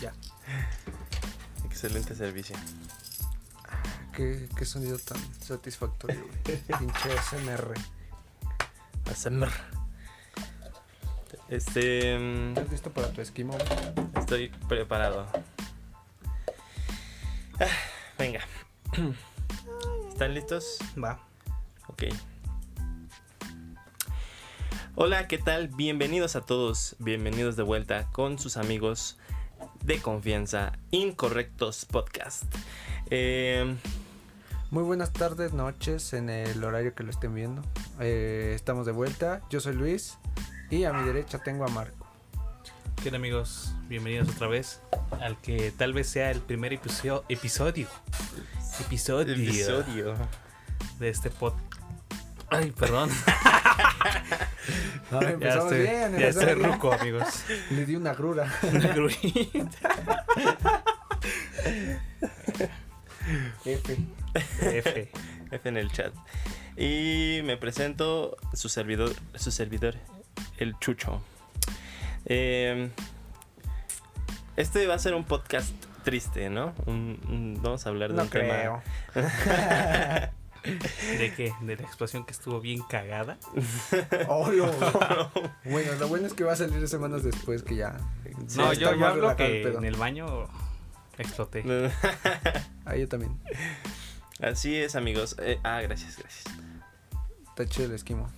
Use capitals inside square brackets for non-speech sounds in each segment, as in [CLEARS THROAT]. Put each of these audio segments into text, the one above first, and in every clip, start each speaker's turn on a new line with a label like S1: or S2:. S1: Ya.
S2: Excelente servicio.
S1: Qué, qué sonido tan satisfactorio, güey. Pinche SMR.
S2: ASMR. Este. mm,
S1: ¿Estás listo para tu esquimo? güey?
S2: Estoy preparado. Ah, venga. [CLEARS THROAT] ¿Están listos?
S1: Va.
S2: Ok. Hola, ¿qué tal? Bienvenidos a todos. Bienvenidos de vuelta con sus amigos de confianza, Incorrectos Podcast. Eh,
S1: Muy buenas tardes, noches, en el horario que lo estén viendo. Eh, estamos de vuelta. Yo soy Luis y a mi derecha tengo a Marco.
S3: ¿Qué tal amigos? Bienvenidos otra vez al que tal vez sea el primer episodio episodio episodio,
S2: episodio.
S3: de este pod.
S1: [LAUGHS]
S3: Ay, perdón.
S1: Ah, empezamos
S3: ya estoy,
S1: bien,
S3: ya
S1: empezamos
S3: estoy
S1: bien. [LAUGHS]
S3: ruco, amigos.
S1: Le di una grura. [LAUGHS]
S3: Una gruñita.
S1: F.
S3: F.
S2: F en el chat. Y me presento su servidor, su servidor, el Chucho. Eh, este va a ser un podcast triste, ¿no? Un- un- vamos a hablar de
S1: No [LAUGHS]
S2: un
S1: creo.
S2: tema.
S3: ¿De qué? De la explosión que estuvo bien cagada.
S1: Oh, lo- Bueno, lo bueno es que va a salir semanas después que ya.
S2: [LAUGHS] Sí,
S3: no,
S1: está
S3: yo, yo
S1: más
S3: hablo
S1: relajado el
S3: que
S1: pedo.
S3: en el baño exploté.
S1: Ah, yo también.
S2: [LAUGHS] Así es, amigos. Eh, ah, gracias, gracias.
S1: Está chido el esquimo.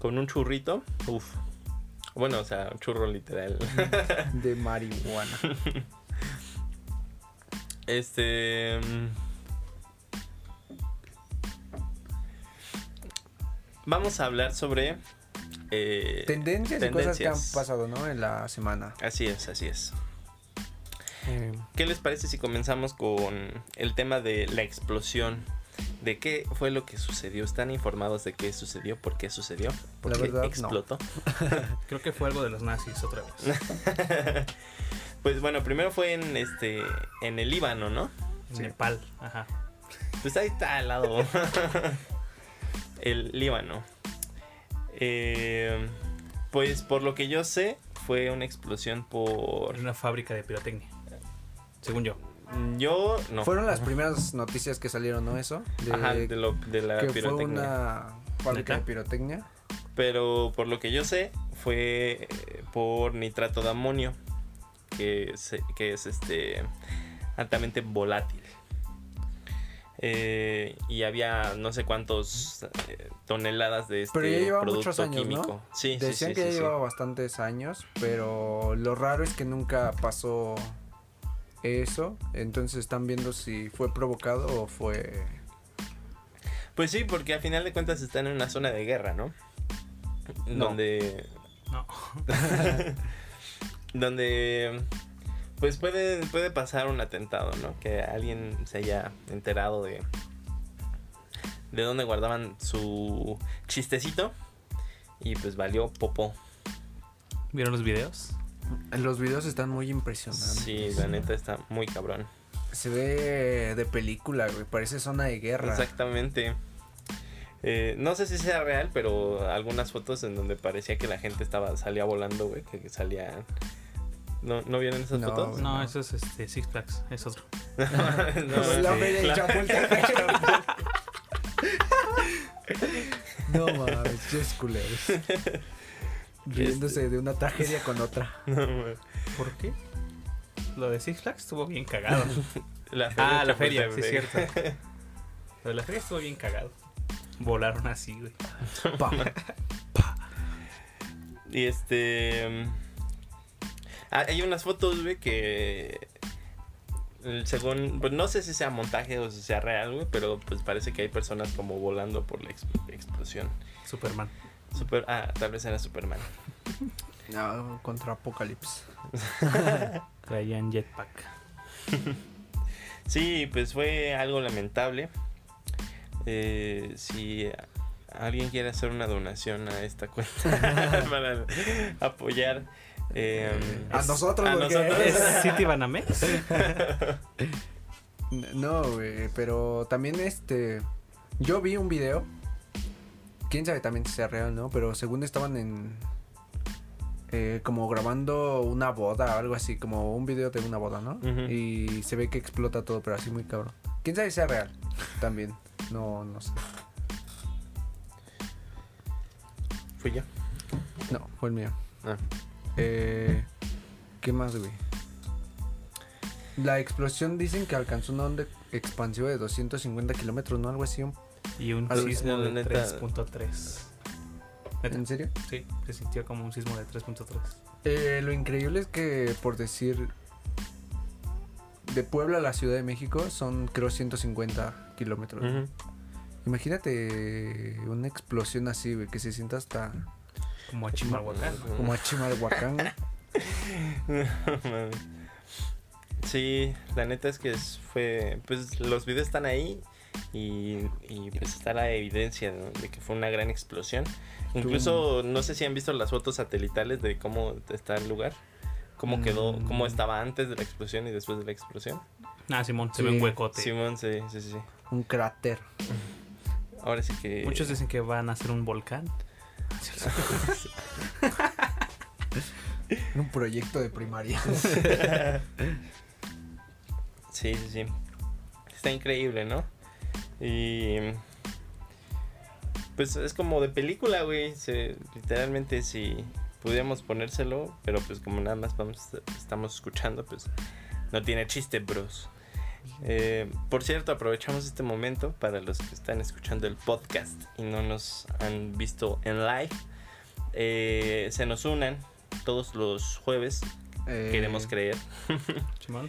S2: Con un churrito. Uf. Bueno, o sea, un churro literal. [LAUGHS]
S1: De marihuana.
S2: Este. mm. Vamos a hablar sobre. eh,
S1: Tendencias, y cosas que han
S2: tendencias.
S1: pasado, ¿no? En la semana.
S2: Así es, así es.
S1: Eh,
S2: ¿Qué les parece si comenzamos con el tema de la explosión? ¿De qué fue lo que sucedió? ¿Están informados de qué sucedió? ¿Por qué sucedió? ¿Por
S1: La
S2: qué
S1: verdad, no.
S2: explotó? [LAUGHS]
S3: Creo que fue algo de los nazis otra vez.
S2: pues bueno, primero fue en este. en el Líbano, ¿no?
S3: En Nepal. Ajá.
S2: Pues ahí está al lado. el Líbano. Eh, pues por lo que yo sé, fue una explosión por.
S3: En una fábrica de pirotecnia. Según yo.
S2: Yo no.
S1: Fueron las primeras noticias que salieron, ¿no? Eso. De,
S2: Ajá, de, lo- de la
S1: que fue
S2: pirotecnia.
S1: una fábrica de
S3: ¿Neta?
S1: pirotecnia.
S2: Pero por lo que yo sé, fue eh, por nitrato de amonio. Que es, que es este. altamente volátil. Eh, y había no sé cuántos eh, toneladas de este
S1: Pero ya llevaba
S2: producto
S1: muchos años, ¿no?
S2: químico. Sí, sí,
S1: Decían
S2: sí,
S1: que
S2: sí,
S1: ya
S2: sí.
S1: llevaba bastantes años, pero lo raro es que nunca pasó eso. Entonces están viendo si fue provocado o fue...
S2: Pues sí, porque al final de cuentas están en una zona de guerra, ¿no?
S1: No.
S2: Donde.
S3: No. [LAUGHS]
S2: Donde. Pues puede, puede pasar un atentado, ¿no? Que alguien se haya enterado de. De dónde guardaban su chistecito. Y pues valió popó.
S3: ¿Vieron los videos?
S1: Los videos están muy impresionantes.
S2: Sí, la neta está muy cabrón.
S1: Se ve de película, güey. Parece zona de guerra.
S2: Exactamente. Eh, no sé si sea real, pero algunas fotos en donde parecía que la gente estaba salía volando, güey, que, que salía. ¿No, ¿No vieron esas
S1: No,
S2: fotos?
S1: [LAUGHS]
S2: [LAUGHS]
S1: güey.
S3: No, eso es este, Six Flags, es otro.
S2: No,
S1: Como la
S2: sí.
S1: feria de
S2: La-
S1: Chapultepec. [LAUGHS] No mames, es culeros.
S2: Este.
S1: Riéndose de una tragedia con
S2: [LAUGHS]
S1: otra.
S2: no, güey.
S3: ¿Por qué? Lo de Six Flags estuvo bien [LAUGHS] cagado.
S2: La
S3: ah,
S2: de
S3: la feria, sí, es
S2: Chapultepec.
S3: cierto. [LAUGHS] Lo de la feria estuvo bien cagado. Volaron así, güey.
S1: Pa.
S2: Y este. mm, ah, Hay unas fotos, güey, que. eh, Según. Pues no sé si sea montaje o si sea real, güey, pero pues parece que hay personas como volando por la ex- explosión.
S3: Superman.
S2: Super, ah, tal vez era Superman.
S1: No, contra Apocalipsis.
S3: Traían jetpack.
S2: Sí, pues fue algo lamentable. Eh, si alguien quiere hacer una donación a esta cuenta [LAUGHS] para apoyar eh,
S1: A
S2: es-
S1: nosotros,
S2: a
S1: porque-
S2: nosotros.
S1: [LAUGHS]
S3: ¿Es [LAUGHS] City Banamex?
S1: No, güey, pero también este. Yo vi un video. Quién sabe también si sea real, ¿no? Pero según estaban en. eh, como grabando una boda, algo así, como un video de una boda, ¿no?
S2: Ujú.
S1: Y se ve que explota todo, pero así muy cabrón. ¿Quién sabe si sea real? También. No, no sé.
S2: Fui yo.
S1: No, fue el mío.
S2: Ah.
S1: Eh, ¿Qué más, güey? La explosión dicen que alcanzó una onda expansiva de 250 kilómetros, ¿no? Algo así. un-
S3: Y un
S1: Algo
S3: sismo
S2: así, la
S3: de
S2: neta.
S3: 3.3. Neta,
S1: ¿En serio?
S3: Sí, se sintió como un sismo de 3.3.
S1: Eh, lo increíble es que, por decir, de Puebla a la Ciudad de México son, creo, 150 kilómetros.
S2: Ujú.
S1: Imagínate una explosión así, güey, que se sienta hasta
S3: Como a Chimalhuacán. ¿no?
S1: como a
S2: [LAUGHS]
S1: Chimalhuacán, güey.
S2: No mames. Sí, la neta es que es- fue. Pues los videos están ahí y, y, pues está la evidencia ¿no? de que fue una gran explosión. Incluso no sé si han visto las fotos satelitales de cómo está el lugar, cómo quedó,
S3: Mm.
S2: cómo estaba antes de la explosión y después de la explosión.
S3: Ah, Simón, se
S1: Sí.
S3: ve un huecote.
S2: Simón, sí, sí, sí.
S1: un cráter.
S2: Ahora sí que.
S3: Muchos dicen que van a hacer un volcán. [LAUGHS]
S1: Un proyecto de primaria.
S2: Sí, sí, sí. Está increíble, ¿no? Y. Pues es como de película, güey. Se- literalmente, si pudiéramos ponérselo, pero pues como nada más vamos, estamos escuchando, pues no tiene chiste, bros. Eh, por cierto, aprovechamos este momento para los que están escuchando el podcast y no nos han visto en live. Eh, se nos unan todos los jueves,
S1: [LAUGHS] Eh,
S2: queremos creer.
S3: Simón.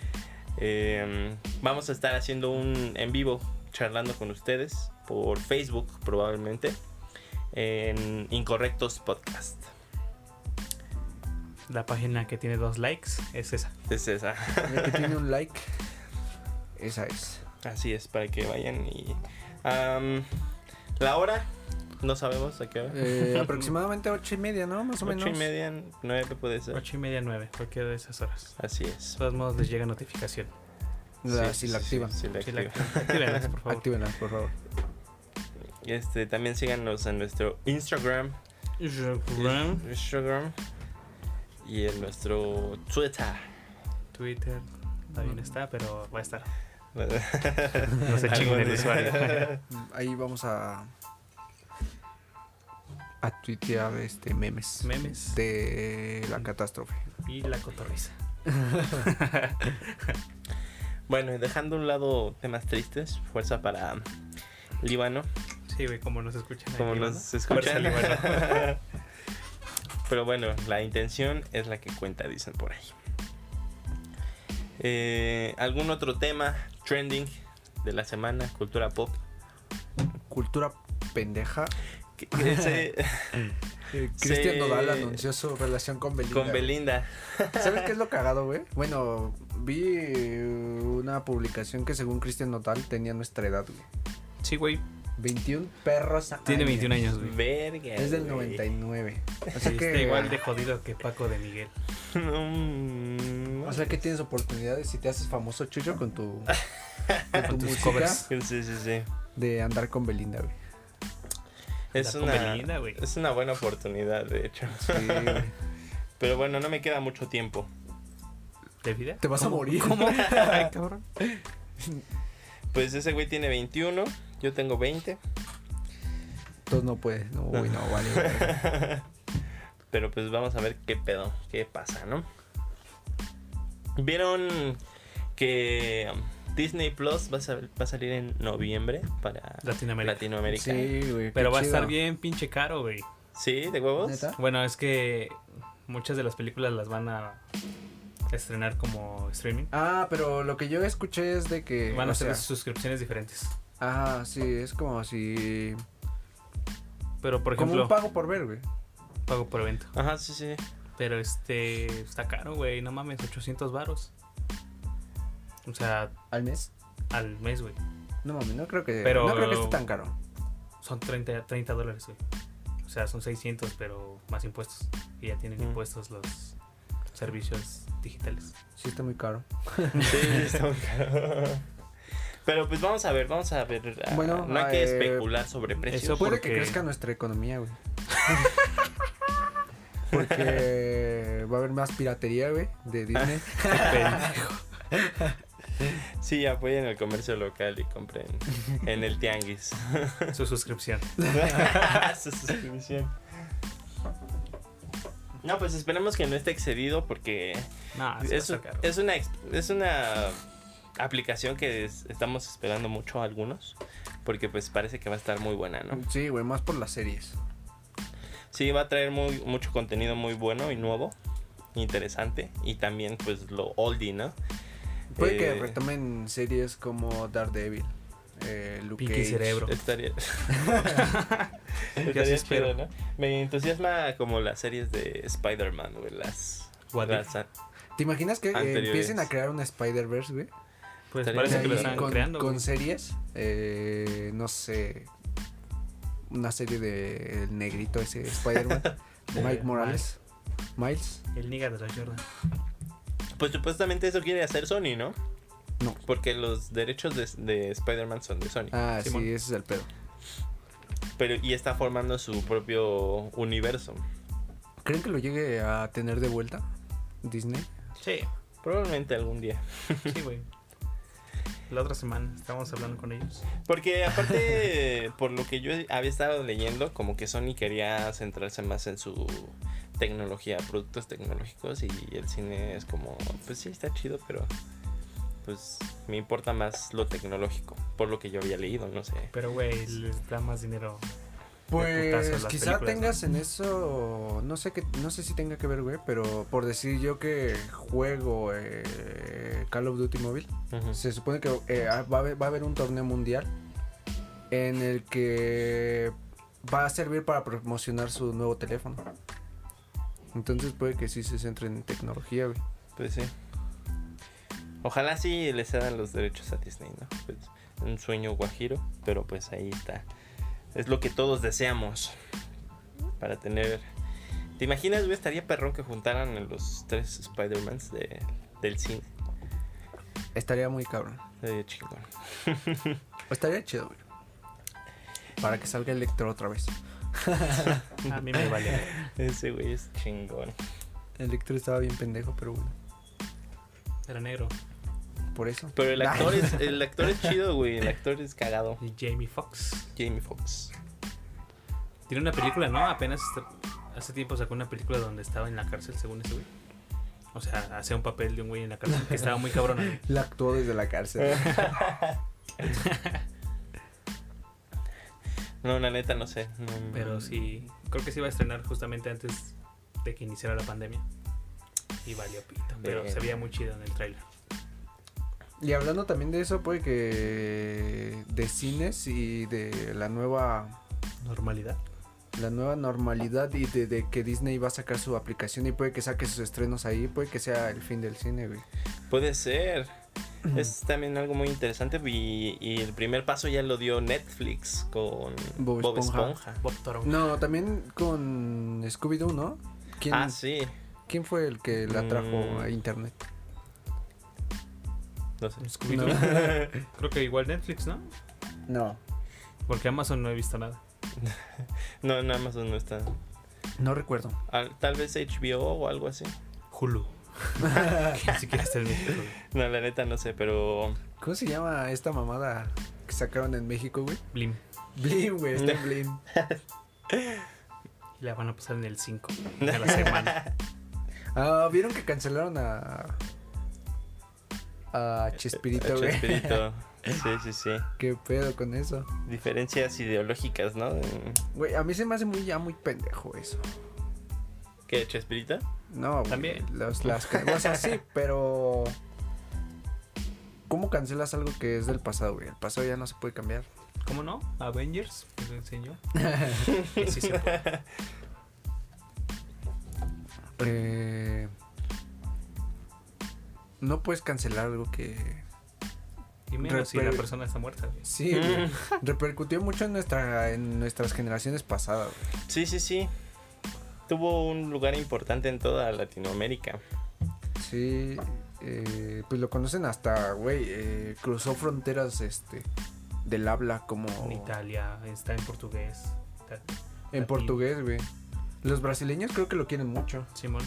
S2: Eh, vamos a estar haciendo un en vivo charlando con ustedes por Facebook probablemente en Incorrectos Podcast.
S3: La página que tiene dos likes es esa.
S2: Es esa. [LAUGHS]
S1: La que tiene un like. Esa es.
S2: Así es, para que vayan y... am, la hora, no sabemos a qué hora. [LAUGHS]
S1: Eh, aproximadamente ocho y media, ¿no? Más o menos.
S2: Ocho y media, nueve puede ser.
S3: Ocho y media, nueve, cualquiera de esas horas.
S2: Así
S3: De
S2: es.
S3: todos modos les llega notificación.
S1: La-
S2: Sí,
S1: si la
S2: sí,
S1: activan.
S2: sí, sí, la
S3: Sí, la-
S2: activan.
S3: Actívenlas, por favor.
S1: Actívenla, por favor.
S2: Este, también síganos en nuestro Instagram.
S3: Instagram,
S2: Instagram. Y en nuestro
S3: [LAUGHS]
S2: Twitter.
S3: Twitter, también está, pero va a estar.
S2: no
S3: se chinguen el usuario. [LAUGHS]
S1: Ahí vamos a. A tuitear este, memes.
S3: Memes
S1: De la catástrofe.
S3: y la cotorriza.
S2: [LAUGHS] Bueno, y dejando a un lado temas tristes, fuerza para Líbano,
S3: Sí, güey, como nos escuchan. ahí,
S2: como
S3: ¿no?
S2: nos escuchan.
S3: Fuerza, Líbano.
S2: [LAUGHS] Pero bueno, la intención es la que cuenta, dicen por ahí. Eh, ¿Algún otro tema trending de la semana? Cultura pop.
S1: Cultura pendeja. [LAUGHS]
S2: Que- que se-
S1: Eh, Cristian
S2: Sí.
S1: Nodal anunció su relación con Belinda.
S2: [LAUGHS] con Belinda.
S1: ¿Sabes qué es lo cagado, güey? Bueno, vi eh, una publicación que según Cristian Nodal tenía nuestra edad, güey.
S3: Sí, güey.
S1: 21 perros.
S3: Tiene 21 años, güey.
S2: Verga.
S1: Es del
S2: güey.
S1: 99. Así
S3: Sí,
S1: que
S3: Está igual de jodido que Paco de Miguel.
S2: Mm,
S1: O sea que tienes oportunidades si te haces famoso chucho con
S3: [LAUGHS]
S1: tu con tu
S3: tus
S1: música
S3: covers.
S2: Sí, sí, sí.
S1: de andar con Belinda, güey.
S2: Es
S3: Andar con Belinda,
S2: una,
S3: güey.
S2: es una buena oportunidad, de hecho.
S1: Sí, güey.
S2: Pero bueno, no me queda mucho tiempo.
S3: ¿De vida?
S1: Te vas a
S3: ¿Cómo?
S1: morir. [LAUGHS]
S3: ¿Cómo? Ay, cabrón.
S2: Pues ese güey tiene 21, yo tengo 20.
S1: Entonces no puedes, no, güey, no, vale. güey.
S2: [LAUGHS] Pero pues vamos a ver qué pedo, qué pasa, ¿no? Vieron que Disney Plus va a, sal- va a salir en noviembre para
S3: Latinoamérica.
S2: Latinoamérica. Sí,
S1: Sí, güey.
S3: Pero
S1: qué
S3: va a estar
S1: chido.
S3: bien pinche caro, güey.
S2: de huevos.
S1: ¿Neta?
S3: Bueno, es que muchas de las películas las van a estrenar como streaming.
S1: Ah, pero lo que yo escuché es de que
S3: Van a
S1: o sea,
S3: ser suscripciones diferentes.
S1: Ajá, sí, es como si
S3: Pero por
S1: como
S3: ejemplo,
S1: un pago por ver, güey.
S3: pago por evento.
S2: Ajá, sí,
S1: [LAUGHS]
S2: sí.
S3: Pero este está caro, güey, no mames, 800 varos. O sea,
S1: al mes.
S3: al mes, güey.
S1: No mames, no creo que
S3: Pero-
S1: no creo que esté tan caro.
S3: Son 30, 30 dólares, güey. O sea, son 600, pero más impuestos. Y ya tienen
S2: Mm.
S3: impuestos los servicios
S2: [LAUGHS]
S3: digitales.
S1: Sí está muy caro.
S2: Sí, está muy caro. Pero pues vamos a ver, vamos a ver. ah,
S1: Bueno,
S2: no hay que
S1: eh,
S2: especular sobre precios.
S3: eso- pues.
S1: Puede
S3: porque-
S1: que crezca nuestra economía, güey. [LAUGHS] Porque va a haber más piratería, güey, de
S3: [LAUGHS]
S1: Disney.
S2: Sí, apoyen el comercio local y compren en el tianguis.
S3: Su suscripción. [LAUGHS]
S2: Su suscripción. No, pues esperemos que no esté excedido porque
S3: No, Ah, sí va a
S2: es,
S3: estar caro.
S2: es una ex- es una aplicación que es- estamos esperando mucho algunos porque pues parece que va a estar muy buena,
S3: Mm.
S2: ¿no?
S1: Sí, güey, más por las series.
S2: Sí, va a traer muy, mucho contenido muy bueno y nuevo, interesante y también pues lo oldie, ¿no?
S1: Puede que
S2: Eh,
S1: retomen series como Daredevil, eh, Luke
S3: Pinky
S1: Cage.
S3: Cerebro.
S2: Estaría,
S3: [LAUGHS]
S2: [LAUGHS]
S3: Yo sí
S2: estaría
S3: espero.
S2: chido, ¿no? Me entusiasma como las series de Spider-Man, güey. Las.
S3: What
S2: las-
S1: ¿Te imaginas que eh,
S2: Anteriores.
S1: empiecen a crear un Spider-Verse, güey?
S3: Pues
S2: Estaría
S3: parece que lo
S2: ahí
S3: están
S1: con,
S3: creando.
S1: con
S3: güey.
S1: series, eh, no sé, una serie de el negrito ese
S3: [LAUGHS]
S1: Spider-Man,
S3: Eh,
S1: Mike Morales, Miles,
S3: El nigga de la Jordan.
S2: Pues supuestamente eso quiere hacer Sony, ¿no?
S1: No.
S2: Porque los derechos de, de Spider-Man son de Sony.
S1: ah,
S3: Simón.
S1: sí, ese es el pedo.
S2: Pero, y está formando su propio universo.
S1: ¿Creen que lo llegue a tener de vuelta Disney?
S3: Sí,
S2: Probablemente algún día.
S3: sí, güey. La otra semana estábamos hablando con ellos.
S2: Porque
S1: [LAUGHS]
S2: aparte, por lo que yo había estado leyendo, como que Sony quería centrarse más en su tecnología, productos tecnológicos y el cine es como, pues sí, está chido, pero pues me importa más lo tecnológico, por lo que yo había leído, no sé.
S3: Pero, güey, les da más dinero. putazo
S1: Pues
S3: las
S1: quizá
S3: películas,
S1: tengas en eso, no sé que, no sé si tenga que ver, güey, pero por decir yo que juego eh, Call of Duty móvil,
S2: Ujú.
S1: se supone que eh, ah, va, a haber, va a haber un torneo mundial en el que va a servir para promocionar su nuevo teléfono. Entonces puede que sí se centren en tecnología, güey.
S2: Pues sí. Ojalá sí les cedan los derechos a Disney, ¿no? Pues, un sueño guajiro, pero pues ahí está. Es lo que todos deseamos. Para tener. ¿Te imaginas, güey? Estaría perrón que juntaran a los tres Spider-Mans de- del cine.
S1: Estaría muy cabrón.
S2: Estaría chingón.
S1: Estaría chido, güey. Para que salga Electro otra vez.
S3: A mí me vale.
S2: [LAUGHS]
S3: güey.
S2: Ese güey es chingón.
S1: Electro estaba bien pendejo, pero bueno.
S3: Era negro.
S1: Por eso.
S2: Pero
S1: [LAUGHS]
S2: el actor
S1: Ay.
S2: es, el actor es chido, güey. El actor es cagado.
S3: Y Jamie Foxx.
S2: Jamie Foxx.
S3: Tiene una película, ¿no? Apenas está- hace tiempo sacó una película donde estaba en la cárcel, según ese güey. O sea, hacía un papel de un güey en la cárcel que estaba muy cabrón.
S1: [LAUGHS]
S3: güey.
S1: La actuó desde la cárcel.
S2: [LAUGHS] Eh. No, la neta, no sé. No,
S3: Pero sí, creo que se iba a estrenar justamente antes de que iniciara la pandemia. Y valió pito. Pero
S2: Verga.
S3: se veía muy chido en el tráiler.
S1: Y hablando también de eso, puede que de cines y de la nueva
S3: Normalidad.
S1: la nueva normalidad y de, de que Disney va a sacar su aplicación y puede que saque sus estrenos ahí, puede que sea el fin del cine, güey.
S2: Puede ser. Es también algo muy interesante y, y el primer paso ya lo dio Netflix con
S1: Bob
S2: Bob,
S1: Esponja.
S2: Esponja.
S3: Bob Thornton.
S1: No, también con Scooby-Doo, ¿no? ¿Quién,
S2: Ah, sí.
S1: ¿Quién fue el que la trajo
S2: Mm.
S1: a internet?
S2: No sé.
S3: Scooby-Doo. Creo que igual Netflix, ¿no?
S2: [LAUGHS]
S1: No.
S3: Porque Amazon no he visto nada.
S2: No, en Amazon no está.
S1: No recuerdo.
S2: Al- Tal vez HBO o algo así.
S3: Hulu. Ni siquiera está en México. güey.
S2: No, la neta no sé, pero
S1: ¿Cómo se llama esta mamada que sacaron en México, güey?
S3: Blim.
S1: Blim, güey,
S2: Mm.
S1: está en Blim.
S3: Y la van a pasar en el 5 de la semana.
S1: Ah, ¿vieron que cancelaron a a Chespirito, güey? [LAUGHS]
S2: Chespirito. Sí, sí, sí.
S1: ¿Qué pedo con eso?
S2: Diferencias ideológicas, ¿no?
S1: Güey, a mí se me hace muy ya muy pendejo eso.
S2: ¿Qué? ¿Chespirito?
S1: No, güey,
S3: También.
S1: Los, las cosas sí, pero. ¿Cómo cancelas algo que es del pasado, güey? El pasado ya no se puede cambiar.
S3: ¿Cómo no? Avengers, pues,
S1: [LAUGHS]
S3: les enseñó. Sí, sí.
S1: Eh, no puedes cancelar algo que.
S3: Y menos si
S1: Reper-
S3: la persona está muerta. güey.
S1: Sí, güey, repercutió mucho en, nuestra, en nuestras generaciones pasadas, güey.
S2: Sí, sí, sí. Tuvo un lugar importante en toda Latinoamérica.
S1: Sí. eh, pues lo conocen hasta, güey. eh, cruzó fronteras este del habla como.
S2: Oh.
S3: En Italia, está en portugués. está-
S1: En portugués, güey. Los brasileños creo que lo quieren mucho.
S3: Simón.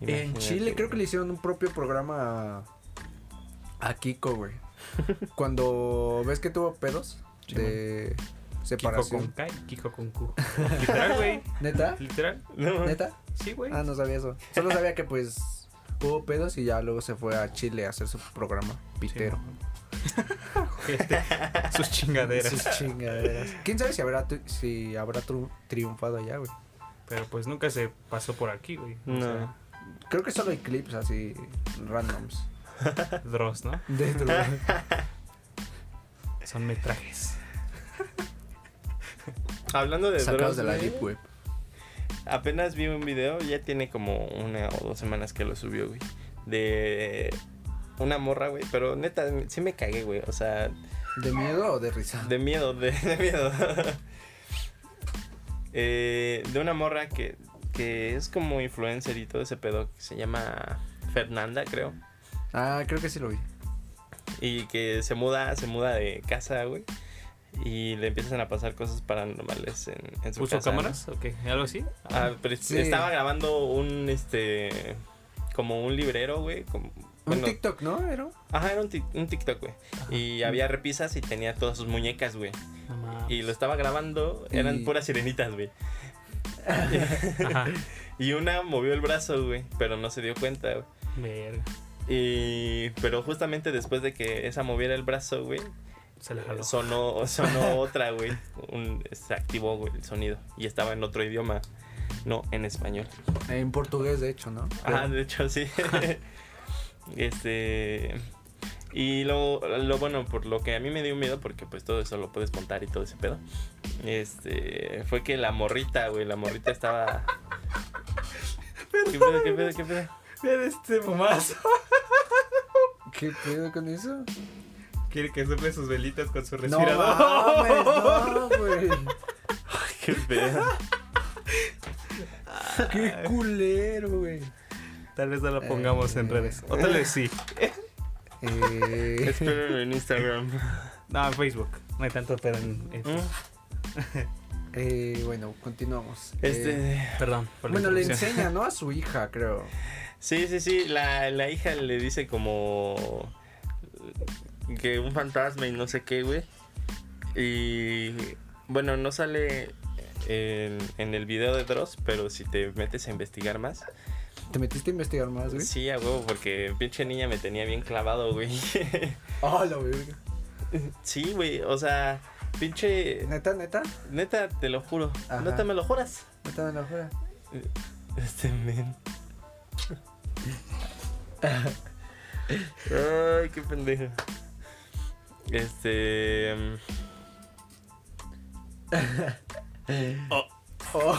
S1: En
S2: Imagínate,
S1: Chile creo que le hicieron un propio programa a, a Kiko,
S3: [LAUGHS]
S1: güey. Cuando ves que tuvo pedos
S2: Sí,
S1: de
S3: Kiko con
S1: separación.
S3: K, y Kiko
S2: [LAUGHS]
S3: con Q. Literal, güey. [LAUGHS]
S1: ¿Neta?
S3: Literal.
S2: No,
S1: ¿Neta?
S3: Sí, güey.
S1: Ah, no sabía eso. Solo sabía que pues hubo pedos y ya luego se fue a Chile a hacer su programa pitero.
S3: [LAUGHS] Este, sus chingaderas.
S1: Sus chingaderas. ¿Quién sabe si habrá, tu- si habrá tru- triunfado allá, güey?
S3: Pero pues nunca se pasó por aquí, güey. O
S2: No.
S1: Creo que solo hay clips así randoms.
S3: sea, Dross, ¿no?
S1: [LAUGHS] De tu-
S3: Son metrajes.
S2: Hablando de
S1: sacados
S2: Dross,
S1: de la
S2: güey,
S1: Deep Web.
S2: apenas vi un video, ya tiene como una o dos semanas que lo subió, güey. De una morra, güey. Pero neta, sí me cagué, güey. O sea,
S1: ¿De miedo o de risa?
S2: De miedo, de, [LAUGHS] de miedo. Eh, de una morra que, que es como influencer y todo ese pedo que se llama Fernanda, creo.
S1: Ah, creo que sí lo vi.
S2: Y que se muda, se muda de casa, güey. Y le empiezan a pasar cosas paranormales en, en su
S3: ¿Puso
S2: casa,
S3: cámaras o qué? ¿Algo así?
S2: ¿no? Ah, pero
S1: Sí.
S2: estaba grabando un, este, como un librero, güey. como-
S1: Un
S2: bueno,
S1: TikTok, ¿no? Era un-
S2: Ajá, era un, tic- un TikTok, güey. Y había repisas y tenía todas sus muñecas, güey.
S3: No mames.
S2: Y lo estaba grabando, eran
S1: Y-
S2: puras sirenitas, güey.
S3: Ajá.
S2: Y una movió el brazo, güey, pero no se dio cuenta, güey.
S3: Verga.
S2: Y, pero justamente después de que esa moviera el brazo, güey,
S3: Se la jaló.
S2: sonó, sonó otra, güey. Un- Se activó, güey, el sonido. Y estaba en otro idioma, no en español.
S1: En portugués, de hecho, ¿no?
S2: Ah, de hecho, [LAUGHS] sí. este. Y lo, lo bueno, por lo que a mí me dio miedo, porque pues todo eso lo puedes montar y todo ese pedo. Este. Fue que la morrita, güey, la morrita estaba. ¿Qué pedo, qué pedo, qué pedo?
S3: Vean este fumazo.
S1: ¿Qué pedo con eso?
S3: Quiere que sople sus velitas con su
S1: No,
S3: respirador.
S1: mames, no, güey.
S2: [LAUGHS] Qué pedo.
S1: Qué culero, güey.
S3: Tal vez no la pongamos en
S1: Eh.
S3: redes. O tal vez sí.
S1: Eh,
S2: Espérenlo en [LAUGHS] Instagram.
S3: No, en Facebook. No hay tanto pedo en,
S2: Mm.
S3: en-
S1: [LAUGHS] eh, bueno, continuamos. Eh,
S2: Este.
S3: Perdón. por la
S1: bueno, le
S3: interrupción.
S1: enseña, ¿no? A su hija, creo.
S2: Sí, sí, sí. La, la hija le dice como. Que un fantasma y no sé qué, güey. Y. Bueno, no sale en, en el video de Dross, pero si te metes a investigar más.
S1: ¿Te metiste a investigar más, güey?
S2: Sí, a huevo, porque pinche niña me tenía bien clavado, güey. [LAUGHS]
S1: Ah, la verga.
S2: sí, güey, o sea, pinche.
S1: ¿Neta, neta?
S2: Neta, te lo juro.
S1: Ajá.
S2: No te me lo juras.
S1: ¿Neta me la jura?
S2: Este men. Ay, qué pendejo. Este. mm,
S1: Oh.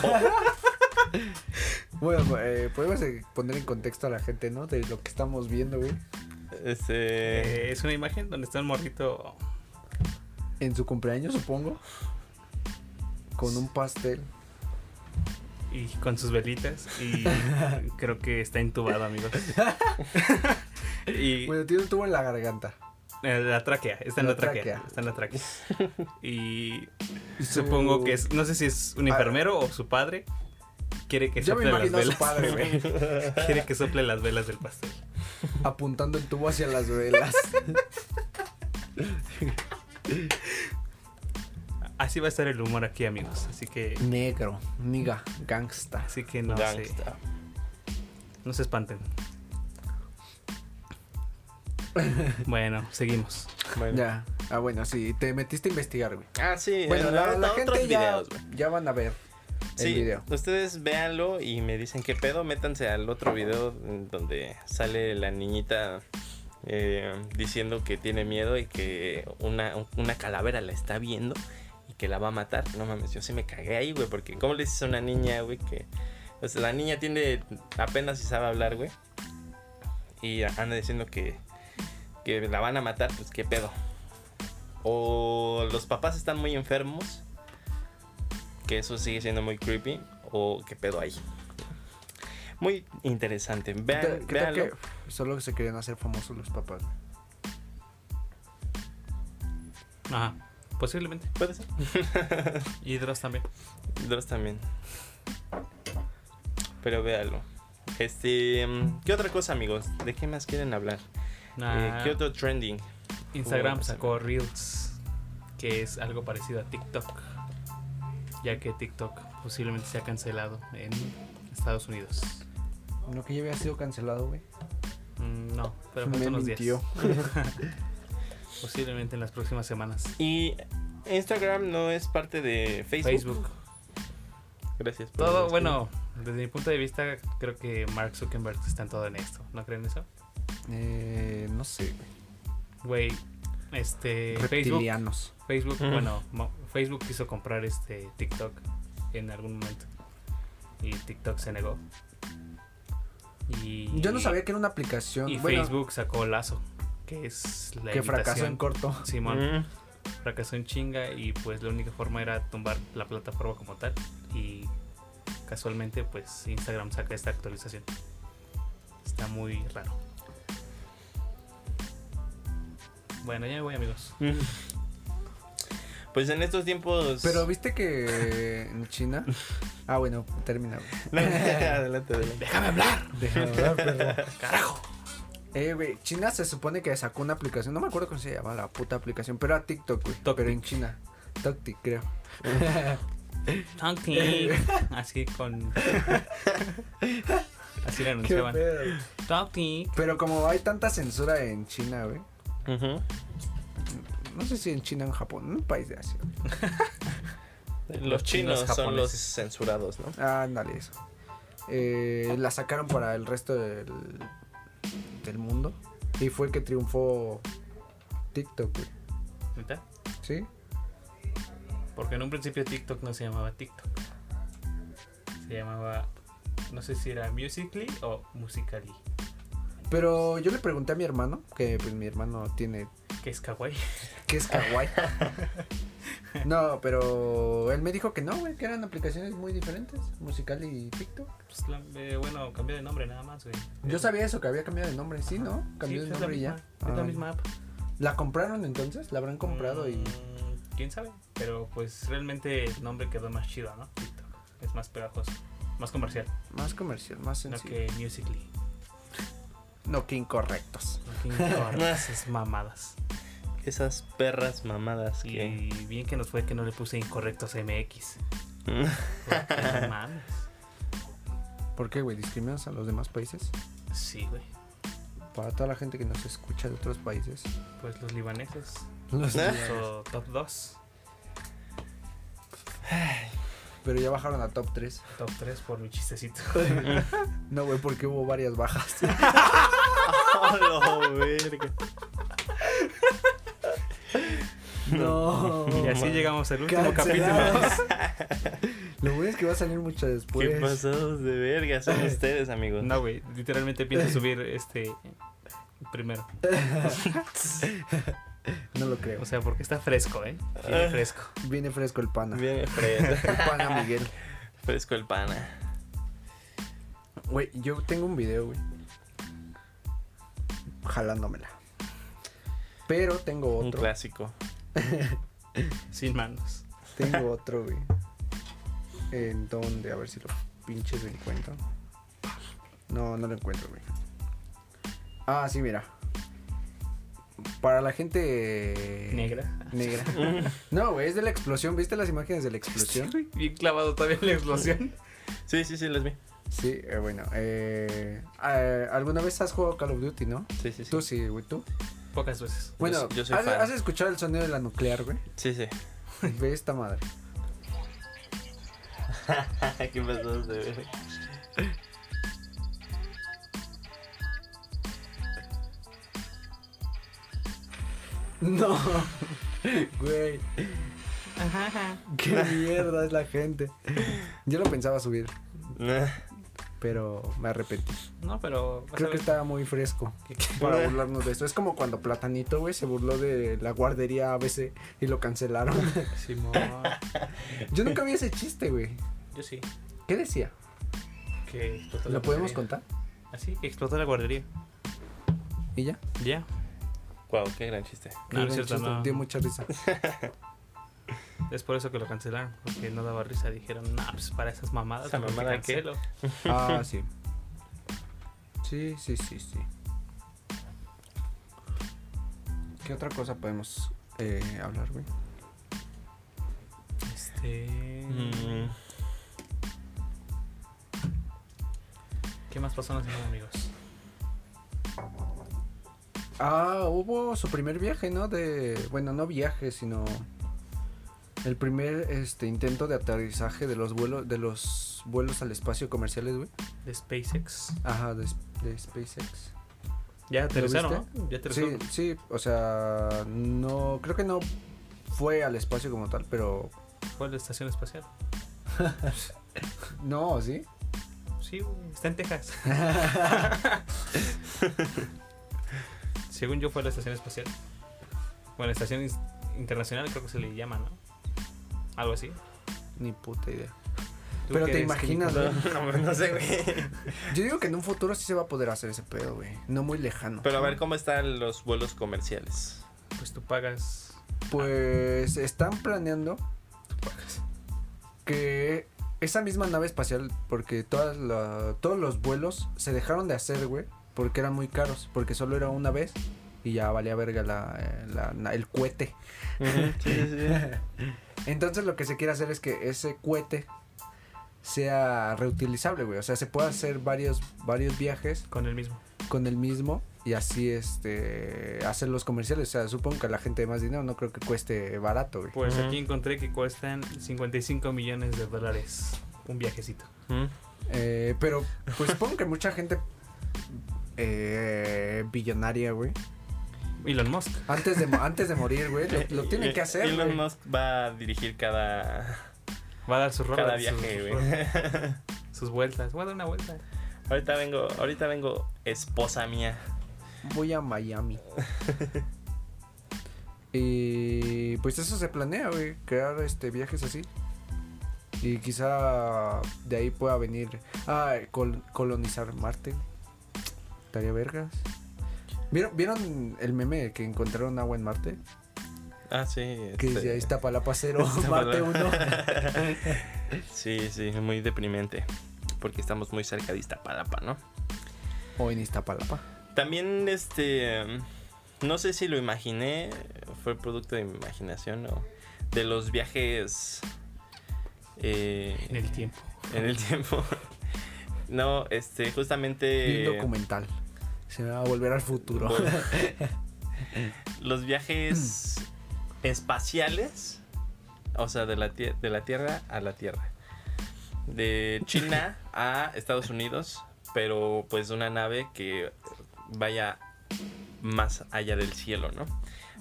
S1: bueno, eh, podemos eh, poner en contexto a la gente, ¿no? De lo que estamos viendo, güey.
S2: Este.
S3: Eh, es una imagen donde está un morrito.
S1: En su cumpleaños, supongo. Con un pastel.
S3: Y con sus velitas.
S1: [LAUGHS]
S3: Y creo que está entubado, amigos. y
S1: Bueno, tiene un tubo en la garganta.
S3: eh, la tráquea. Está en
S1: Pues, La
S3: la tráquea.
S1: tráquea.
S3: Está en la
S1: [LAUGHS]
S3: tráquea. Y
S1: Y su-
S3: supongo que es. No sé si es un enfermero o su padre. Quiere que
S1: Ah. Yo me
S3: sople las
S1: imagino a su
S3: velas.
S1: padre, güey.
S3: [LAUGHS] Quiere que sople las velas del pastel.
S1: apuntando el tubo hacia las velas.
S3: Así va a estar el humor aquí, amigos. Así que.
S1: Negro, niga, gangsta.
S3: Así que no sé.
S2: gangsta.
S3: No se espanten. bueno, seguimos.
S2: Bueno.
S1: Ya. Ah, bueno, sí, te metiste a investigar, güey.
S2: Ah, sí.
S1: Bueno,
S2: en-
S1: la,
S2: en
S1: la
S2: otros
S1: gente ya,
S2: videos, güey.
S1: ya van a ver el
S2: Sí,
S1: video.
S2: ustedes véanlo y me dicen qué pedo. Métanse al otro video donde sale la niñita eh, diciendo que tiene miedo y que una, una calavera la está viendo y que la va a matar. No mames, yo sí me cagué ahí, güey, porque ¿cómo le dices a una niña, güey, que. O sea, la niña tiene apenas si sabe hablar, güey. Y anda diciendo que, que la van a matar, pues qué pedo. O los papás están muy enfermos que eso sigue siendo muy creepy o qué pedo ahí. Muy interesante.
S1: ¿Qué
S2: Vean,
S1: tal- qué tal
S2: véanlo.
S1: que solo se querían hacer famosos los papás.
S3: Ajá. Posiblemente.
S2: Puede ser.
S3: Y Dross también.
S2: Dross también. Pero véalo. Este, mm, ¿qué otra cosa, amigos? ¿De qué más quieren hablar? Eh,
S3: Nah,
S2: ¿Qué otro trending?
S3: Ah, Instagram
S2: Uy,
S3: sacó Reels, que es algo parecido a TikTok, ya que TikTok posiblemente sea cancelado en Estados Unidos.
S1: No que ya había sido cancelado, güey.
S3: Mm, No, pero
S1: Me
S3: faltan unos
S1: mintió.
S3: días. [LAUGHS] Posiblemente en las próximas semanas.
S2: Y Instagram no es parte de Facebook.
S3: Facebook.
S2: Gracias. por
S3: Todo,
S2: el
S3: bueno, desde mi punto de vista, creo que Mark Zuckerberg está en todo en esto. ¿No creen eso?
S1: Eh, no sé, güey.
S3: Güey, este. Facebook.
S1: Reptilianos.
S3: Facebook,
S2: Ujú.
S3: bueno, mo- Facebook quiso comprar este TikTok en algún momento. Y TikTok se negó. Y.
S1: Yo no sabía que era una aplicación.
S3: Y
S1: bueno,
S3: Facebook sacó Lazo, que es la
S1: que fracasó en
S3: imitación.
S1: corto.
S3: [LAUGHS] Simón.
S2: Mm.
S3: fracasó en chinga y pues la única forma era tumbar la plataforma como tal y casualmente pues Instagram saca esta actualización. Está muy raro. Bueno, ya me voy amigos.
S2: Mm. Pues en estos tiempos.
S1: Pero viste que en China. Ah, bueno, termina. güey.
S2: [LAUGHS] adelante, adelante.
S3: Déjame hablar.
S1: Deja de hablar, perro.
S3: [LAUGHS] Carajo.
S1: Eh, güey, China se supone que sacó una aplicación. No me acuerdo cómo se llamaba la puta aplicación, pero era TikTok, güey.
S3: Toktik.
S1: Pero en China. TikTok, creo.
S3: Chunky. Así con... Así lo anunciaban.
S1: pedo.
S3: Chunky.
S1: Pero como hay tanta censura en China, güey.
S2: Ujú.
S1: No sé si en China o en Japón, en un país de Asia.
S2: Los, chinos,
S3: Los chinos
S2: son los
S3: japoneses.
S2: censurados, ¿no?
S1: Ah, ándale, eso. Eh, la sacaron para el resto del, del mundo. Y fue que triunfó TikTok, güey.
S3: ¿Neta?
S1: ¿Sí?
S3: Porque en un principio TikTok no se llamaba TikTok. Se llamaba... No sé si era Musically o Musically.
S1: Pero yo le pregunté a mi hermano, que pues mi hermano tiene
S3: Que es kawaii.
S1: que es
S3: [LAUGHS]
S1: kawaii. No, pero él me dijo que no, güey, que eran aplicaciones muy diferentes, musical y TikTok.
S3: Pues, la- eh, bueno, cambió de nombre nada más, güey.
S1: Yo sabía eso, que había cambiado de nombre, sí, ¿no? Cambió de
S3: Sí, pues, es la
S1: nombre y ya.
S3: misma- Es la
S1: Ah.
S3: misma app.
S1: ¿La compraron entonces? ¿La habrán comprado y...?
S3: Mm, ¿Quién sabe? Pero pues realmente el nombre quedó más chido, ¿no? TikTok. Es más pegajoso. Más comercial.
S1: Más comercial, más
S3: No
S1: sencillo.
S3: que Musical.ly.
S1: No que incorrectos.
S3: No que
S1: [LAUGHS]
S3: incorrectas, esas mamadas.
S2: Esas perras mamadas que. [LAUGHS]
S3: Y bien que nos fue que no le puse incorrectos
S1: [LAUGHS]
S3: MX. Porque, no mames.
S1: ¿Por qué, güey? ¿Discriminas a los demás países?
S3: Sí, güey.
S1: Para toda la gente que nos escucha de otros países. [LAUGHS]
S3: Pues los libaneses.
S1: Los-
S2: Ah.
S3: Puso top 2,
S1: Pero ya bajaron a top 3.
S3: top 3 por mi chistecito.
S1: [LAUGHS] No, güey, porque hubo varias
S2: [LAUGHS]
S1: bajas.
S2: ¡Hola, Oh, verga!
S1: No.
S3: y así llegamos al último capítulo.
S1: [LAUGHS] Canceladas. Lo bueno es que va a salir mucho después.
S2: ¿Qué pasados de verga son ustedes, amigos?
S3: No, güey, literalmente pienso subir este primero.
S1: [LAUGHS] No lo creo.
S3: O sea, porque está fresco, ¿eh?
S1: Ah.
S3: Viene fresco.
S1: Viene fresco el pana.
S2: Bien fresco,
S1: El pana Miguel.
S2: fresco el ah, pana.
S1: Güey, yo tengo un video, güey. Jalándomela. Pero tengo
S2: Un
S1: otro.
S2: clásico.
S3: Sin manos.
S1: Tengo otro, güey. ¿En dónde? A ver si lo pinches lo encuentro. No, no lo encuentro, güey. Ah, sí, mira. Para la gente.
S3: Negra.
S2: [LAUGHS]
S1: Negra. No, güey, es de la explosión. ¿Viste las imágenes de la explosión?
S3: Estoy [LAUGHS] Bien clavado todavía en la explosión.
S2: Sí, sí, sí, las vi.
S1: Sí, eh, bueno. eh, eh, ¿Alguna vez has jugado Call of Duty, no?
S2: Sí, sí, sí.
S1: Tú sí, güey, tú.
S3: Pocas veces.
S1: Bueno,
S2: yo soy
S1: ¿has,
S2: fan.
S1: has escuchado el sonido de la nuclear,
S2: [LAUGHS]
S1: güey?
S2: Sí, sí.
S1: Ve esta madre.
S2: ¿Qué pasados de verga?
S3: [LAUGHS]
S1: No, güey. Qué mierda es la gente. Yo lo pensaba subir, pero me arrepentí.
S3: No, pero. vas a
S1: Creo que
S3: ver
S1: estaba muy fresco para burlarnos de esto. Es como cuando Platanito, güey, se burló de la guardería ABC y lo
S3: [LAUGHS]
S1: cancelaron.
S3: [LAUGHS] Simón.
S1: Yo nunca vi ese chiste, güey.
S3: Yo sí.
S1: ¿Qué decía?
S3: Pues Que explotó la
S1: ¿Lo podemos
S3: guardería.
S1: contar?
S3: Así, que explotó la guardería.
S1: ¿Y ya?
S3: Ya.
S2: Wow, qué gran chiste.
S1: Qué
S3: No, no
S1: buen
S3: es cierto,
S1: chiste,
S3: no.
S1: Dio mucha risa.
S3: Es por eso que lo cancelaron. Porque no daba risa. Dijeron, nah, pues para esas mamadas.
S2: Esa
S3: mejor te [LAUGHS]
S2: mamada, ¿qué?"
S3: cancelo.
S1: Ah, sí. Sí, sí, sí, sí. ¿Qué otra cosa podemos eh, hablar, güey?
S3: Este.
S2: Mm,
S3: ¿Qué más pasó en la semana, amigos?
S1: Ah, hubo su primer viaje, ¿no? De. Bueno, no viaje, sino. El primer este intento de aterrizaje de los vuelos. De los vuelos al espacio comerciales, güey.
S3: De SpaceX.
S1: Ajá, de, de SpaceX.
S3: Ya aterrizaron,
S1: viste?
S3: ¿no? Ya
S1: Sí,
S3: aterrizaron.
S1: sí, o sea, no. Creo que no fue al espacio como tal, pero.
S3: Fue a la estación espacial.
S1: No, ¿sí? [LAUGHS]
S3: Sí, güey, está en Texas. [LAUGHS] Según yo, fue a la estación espacial. Bueno, estación is- internacional, creo que se le llama, ¿no? Algo así.
S1: Ni puta idea.
S3: ¿Tú
S1: Pero
S3: qué
S1: te
S3: eres,
S1: imaginas,
S2: no,
S1: güey.
S2: [LAUGHS] no, no sé, güey.
S1: Yo digo que en un futuro sí se va a poder hacer ese pedo, güey. No muy lejano.
S2: Pero a ver cómo están los vuelos comerciales.
S3: Nico? Pues tú pagas.
S1: Pues están planeando que esa misma nave espacial, porque todas la- todos los vuelos se dejaron de hacer, güey, porque eran muy caros, porque solo era una vez y ya valía verga la- eh, la- na- el cohete. Entonces lo que se quiere hacer es que ese cohete sea reutilizable, güey, o sea, se puede hacer varios, varios viajes
S3: Con el mismo.
S1: con el mismo y así este hacer los comerciales, o sea, supongo que a la gente de más dinero no creo que cueste barato, güey.
S3: Pues
S2: Ujú.
S3: aquí encontré que cuestan 55 millones de dólares un viajecito.
S2: Mm.
S1: Eh, pero pues supongo que mucha gente eh, billonaria, güey.
S3: Elon Musk.
S1: Antes de, antes de morir, güey, lo, lo tienen que hacer.
S2: Eh, Elon
S1: güey.
S2: Musk va a dirigir cada,
S3: Va a dar su rola.
S2: cada
S3: sus-
S2: viaje,
S3: sus,
S2: güey. [LAUGHS]
S3: sus vueltas. Voy a dar una vuelta.
S2: ahorita vengo, ahorita vengo, esposa mía.
S1: Voy a
S2: [LAUGHS]
S1: Miami. y pues eso se planea, güey, crear este viajes así. Y quizá de ahí pueda venir a colonizar Marte. Estaría vergas. ¿Vieron, ¿Vieron el meme que encontraron agua en Marte?
S2: Ah, sí.
S1: Que
S2: este,
S1: dice, ahí
S2: [LAUGHS]
S1: está Palapa Cero, Marte
S2: Iztapalapa".
S1: 1.
S2: [LAUGHS] sí, sí, muy deprimente. Porque estamos muy cerca de Iztapalapa, ¿no?
S1: O en Iztapalapa.
S2: También, este. No sé si lo imaginé, fue producto de mi imaginación o de los viajes. eh,
S3: En el tiempo.
S2: En el tiempo. [LAUGHS] No, este,
S1: Vi
S2: justamente.
S1: un documental. Se va a volver al
S2: [LAUGHS]
S1: futuro.
S2: vol- los viajes espaciales. O sea, de la, tie- de la Tierra a la Tierra. De China a Estados Unidos. Pero pues una nave que vaya más allá del cielo, ¿no?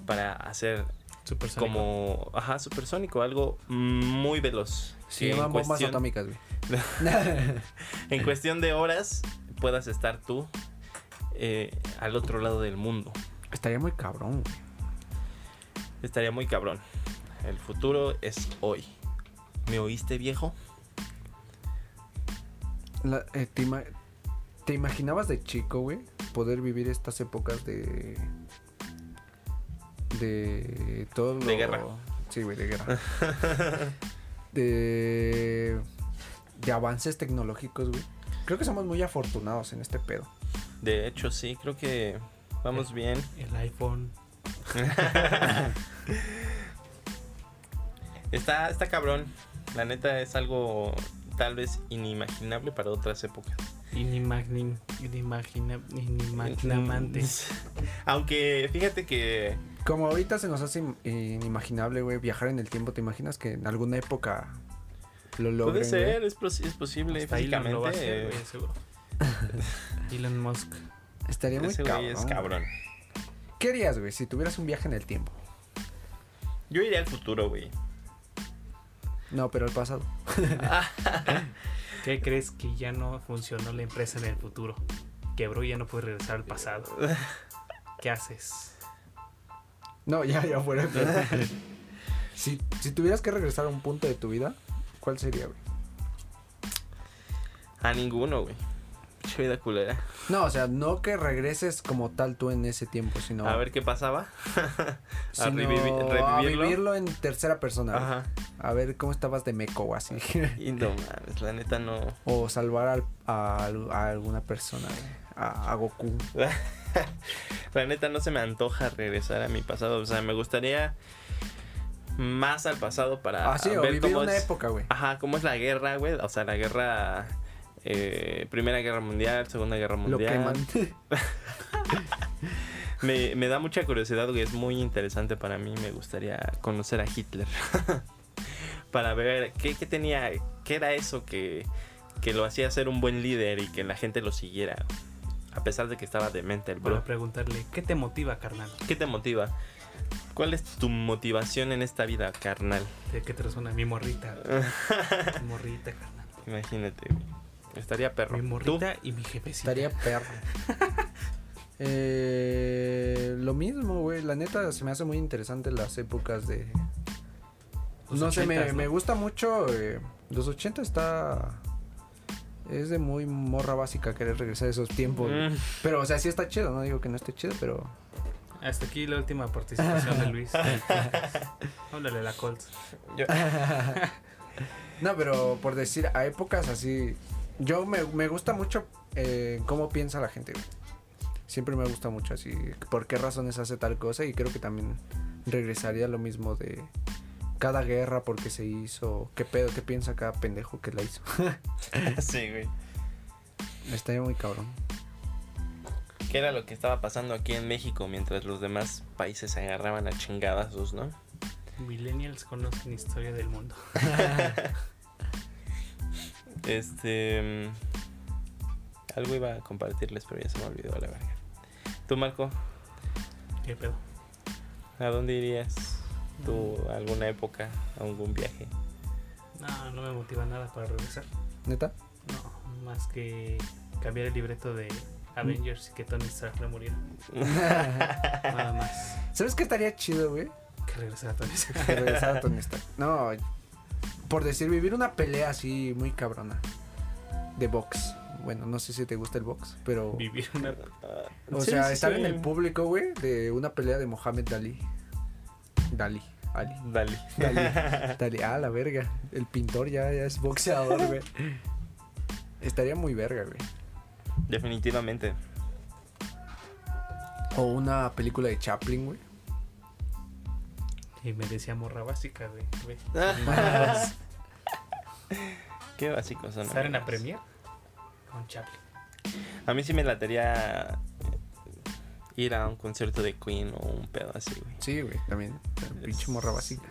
S2: Para hacer
S3: Supersónico.
S2: como, ajá, supersónico, algo muy veloz.
S1: Se
S2: que en
S1: llaman bombas
S2: cuestión-
S1: atómicas,
S2: [LAUGHS]
S1: güey. [LAUGHS]
S2: en cuestión de horas puedas estar tú eh, al otro lado del mundo.
S1: Estaría muy cabrón, güey.
S2: Estaría muy cabrón. El futuro es hoy. ¿Me oíste, viejo?
S1: La- eh, te, ima- ¿Te imaginabas de chico, güey? Poder vivir estas épocas de. De. Todo lo.
S2: De guerra.
S1: Sí, güey, de
S2: [LAUGHS]
S1: guerra. de. De avances tecnológicos, güey. Creo que somos muy afortunados en este pedo.
S2: De hecho, sí, creo que vamos bien.
S3: El iPhone.
S2: [LAUGHS] Está, está cabrón. La neta es algo tal vez inimaginable para otras épocas.
S3: Inimagin, inimagina, inimaginamante.
S2: Mm. [LAUGHS] Aunque fíjate que
S1: Como ahorita se nos hace in- inimaginable, güey, viajar en el tiempo. ¿Te imaginas que en alguna época lo logren?
S2: puede ser,
S1: güey?
S2: es, pos- es posible
S3: Hasta Elon
S2: físicamente.
S3: lo va a hacer,
S2: eh,
S3: güey, seguro. [LAUGHS] Elon Musk.
S1: Estaría muy
S2: ese
S1: cabrón.
S2: güey es cabrón.
S1: ¿Qué harías, güey, si tuvieras un viaje en el tiempo?
S2: Yo iría al futuro, güey.
S1: No, pero el pasado.
S3: ¿Qué crees que ya no funcionó la empresa en el futuro? Quebró y ya no puedes regresar
S2: [LAUGHS]
S3: al pasado. ¿Qué haces?
S1: No, ya, ya [LAUGHS] fuera. si, si tuvieras que regresar a un punto de tu vida, ¿cuál sería, güey?
S2: A ninguno, güey. Pinche vida culera.
S1: No, o sea, no que regreses como tal tú en ese tiempo, sino.
S2: A ver qué pasaba. [LAUGHS] a
S1: sino
S2: revivi-
S1: a
S2: revivirlo.
S1: vivirlo en tercera persona. güey.
S2: Ajá.
S1: A ver cómo estabas de meco o
S2: [LAUGHS]
S1: así.
S2: Y no [LAUGHS] mames, la neta no.
S1: o salvar al- a, a alguna persona, güey. a, a Goku.
S2: La neta no se me antoja regresar a mi pasado. O sea, me gustaría más al pasado para
S1: Ah, sí, o
S2: ver
S1: vivir
S2: cómo
S1: una
S2: es,
S1: época, güey.
S2: ajá, cómo es la guerra, güey. O sea, la guerra, eh, Primera Guerra Mundial, Segunda Guerra
S1: Lo que
S2: Mundial.
S1: man... [LAUGHS]
S2: Me, me da mucha curiosidad, güey. Es muy interesante para mí. Me gustaría conocer a Hitler. [LAUGHS] para ver qué, qué tenía, qué era eso que, que lo hacía ser un buen líder y que la gente lo siguiera. A pesar de que estaba demente el bro.
S3: Para preguntarle, ¿qué te motiva, carnal?
S2: ¿Qué te motiva? ¿Cuál es tu motivación en esta vida, carnal?
S3: ¿De qué te resuena? Mi morrita. mi morrita, carnal.
S2: Imagínate, güey. Estaría perro.
S3: Mi
S2: ¿Tú?
S3: morrita y mi jefecita.
S1: Estaría perro.
S3: [LAUGHS]
S1: Eh, lo mismo, güey. La neta se me hace muy interesante las épocas de.
S3: Los
S1: no sé, me,
S3: ochentas, ¿no?
S1: me gusta mucho. eh, los 80 está. Es de muy morra básica querer regresar a esos tiempos. güey.
S3: pues.
S2: Mm.
S1: Pero, o sea, sí está chido. No digo que no esté chido, pero.
S3: Hasta aquí la última participación de Luis. Háblale a la Colts. [LAUGHS]
S2: Yo-
S1: No, pero por decir, a épocas así. Yo me, me gusta mucho eh, cómo piensa la gente, güey. Siempre me gusta mucho así. ¿Por qué razones hace tal cosa? Y creo que también regresaría a lo mismo de cada guerra, por qué se hizo, qué pedo, qué piensa cada pendejo que la hizo. [LAUGHS]
S2: [LAUGHS] sí, güey.
S1: Estaría muy cabrón.
S2: ¿Qué era lo que estaba pasando aquí en México mientras los demás países se agarraban a chingadazos, no?
S3: Millennials conocen historia del mundo.
S2: Este. mm, Algo iba a compartirles, pero ya se me olvidó la verga. Tú, Marco,
S3: ¿Qué pedo?
S2: ¿a dónde irías? ¿Tú a alguna época, a algún viaje?
S3: No, no me motiva nada para regresar.
S1: ¿Neta?
S3: No, más que cambiar el libreto de Avengers y que Tony Stark no muriera. Nada más
S1: ¿Sabes qué estaría chido, güey?
S3: que regresar a Tony
S2: [LAUGHS]
S3: Stark.
S1: Que regresara Tony Stark. No, por decir, vivir una pelea así muy cabrona. De box. Bueno, no sé si te gusta el box, pero...
S3: Vivir una.
S1: O
S2: Sí,
S1: sea,
S2: sí,
S1: estar
S2: sí.
S1: en el público, güey, de una pelea de Mohamed Dalí. Dalí, Ali.
S2: Dale.
S1: Dale. Dalí, ah, la verga. El pintor ya, ya es boxeador, güey. Estaría muy verga, güey.
S2: [LAUGHS] Definitivamente.
S1: O una película de Chaplin,
S2: [LAUGHS]
S1: güey.
S3: Y me decía morra básica, güey. güey.
S2: Qué básicos son.
S3: Estar en la
S2: amigos.
S3: premier con Chaplin.
S2: A mí sí me latería eh, ir a un concierto de Queen o un pedo así, güey.
S1: Sí, güey, también. Pinche morra
S2: [LAUGHS]
S1: básica.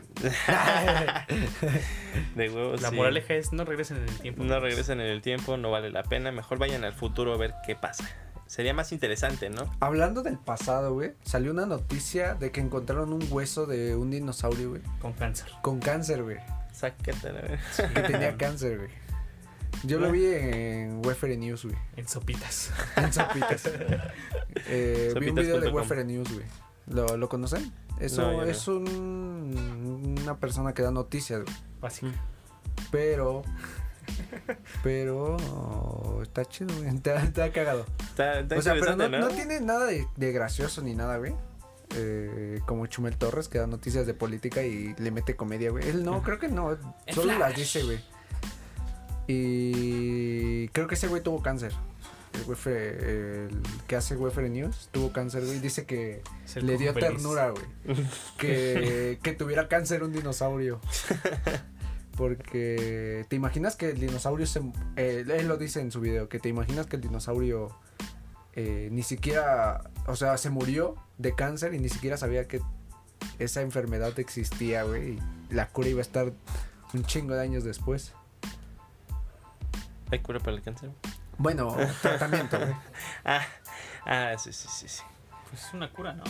S2: De huevos.
S3: La
S2: Pues sí.
S3: moraleja es no regresen en el tiempo.
S2: No regresen en el tiempo, no vale la pena. Mejor vayan al futuro a ver qué pasa. Sería más interesante, ¿no?
S1: Hablando del pasado, güey, salió una noticia de que encontraron un hueso de un dinosaurio, güey.
S3: Con cáncer.
S1: Con cáncer, güey.
S2: Sácate la verga.
S1: Que
S2: [LAUGHS]
S1: tenía cáncer, güey. Yo
S2: Ah.
S1: lo vi en Wefere News, güey.
S3: En sopitas. [LAUGHS]
S1: En Sopitas.
S2: [LAUGHS]
S1: Eh, vi un video de
S2: Sopitas.com.
S1: Welfare News, güey. ¿Lo, lo conocen? Eso
S2: No, yo no.
S1: es un, una persona que da noticias, güey.
S3: Básica.
S1: Mm. Pero. Pero. está chido, güey. Está, está cagado.
S2: Está, está
S1: O sea, pero
S2: interesante,
S1: no,
S2: ¿no?
S1: no tiene nada de, de gracioso ni nada, güey. Eh, como Chumel Torres que da noticias de política y le mete comedia, güey. Él no, creo que no.
S3: El
S1: Solo las
S3: Flash.
S1: dice, güey. Y creo que ese güey tuvo cáncer. El güey fue- el que hace Wefere News tuvo cáncer, güey. Dice que
S3: Es el
S1: le
S3: cojo
S1: dio
S3: feliz.
S1: ternura, güey. que, que tuviera cáncer un dinosaurio. Porque te imaginas que el dinosaurio se... eh, él lo dice en su video, que te imaginas que el dinosaurio eh, ni siquiera... O sea, se murió de cáncer y ni siquiera sabía que esa enfermedad existía, güey. Y la cura iba a estar un chingo de años después.
S2: ¿Hay cura para el cáncer?
S1: Bueno, tratamiento, güey.
S2: Ah, ah, sí, sí, sí. sí.
S3: Pues es una cura, ¿no?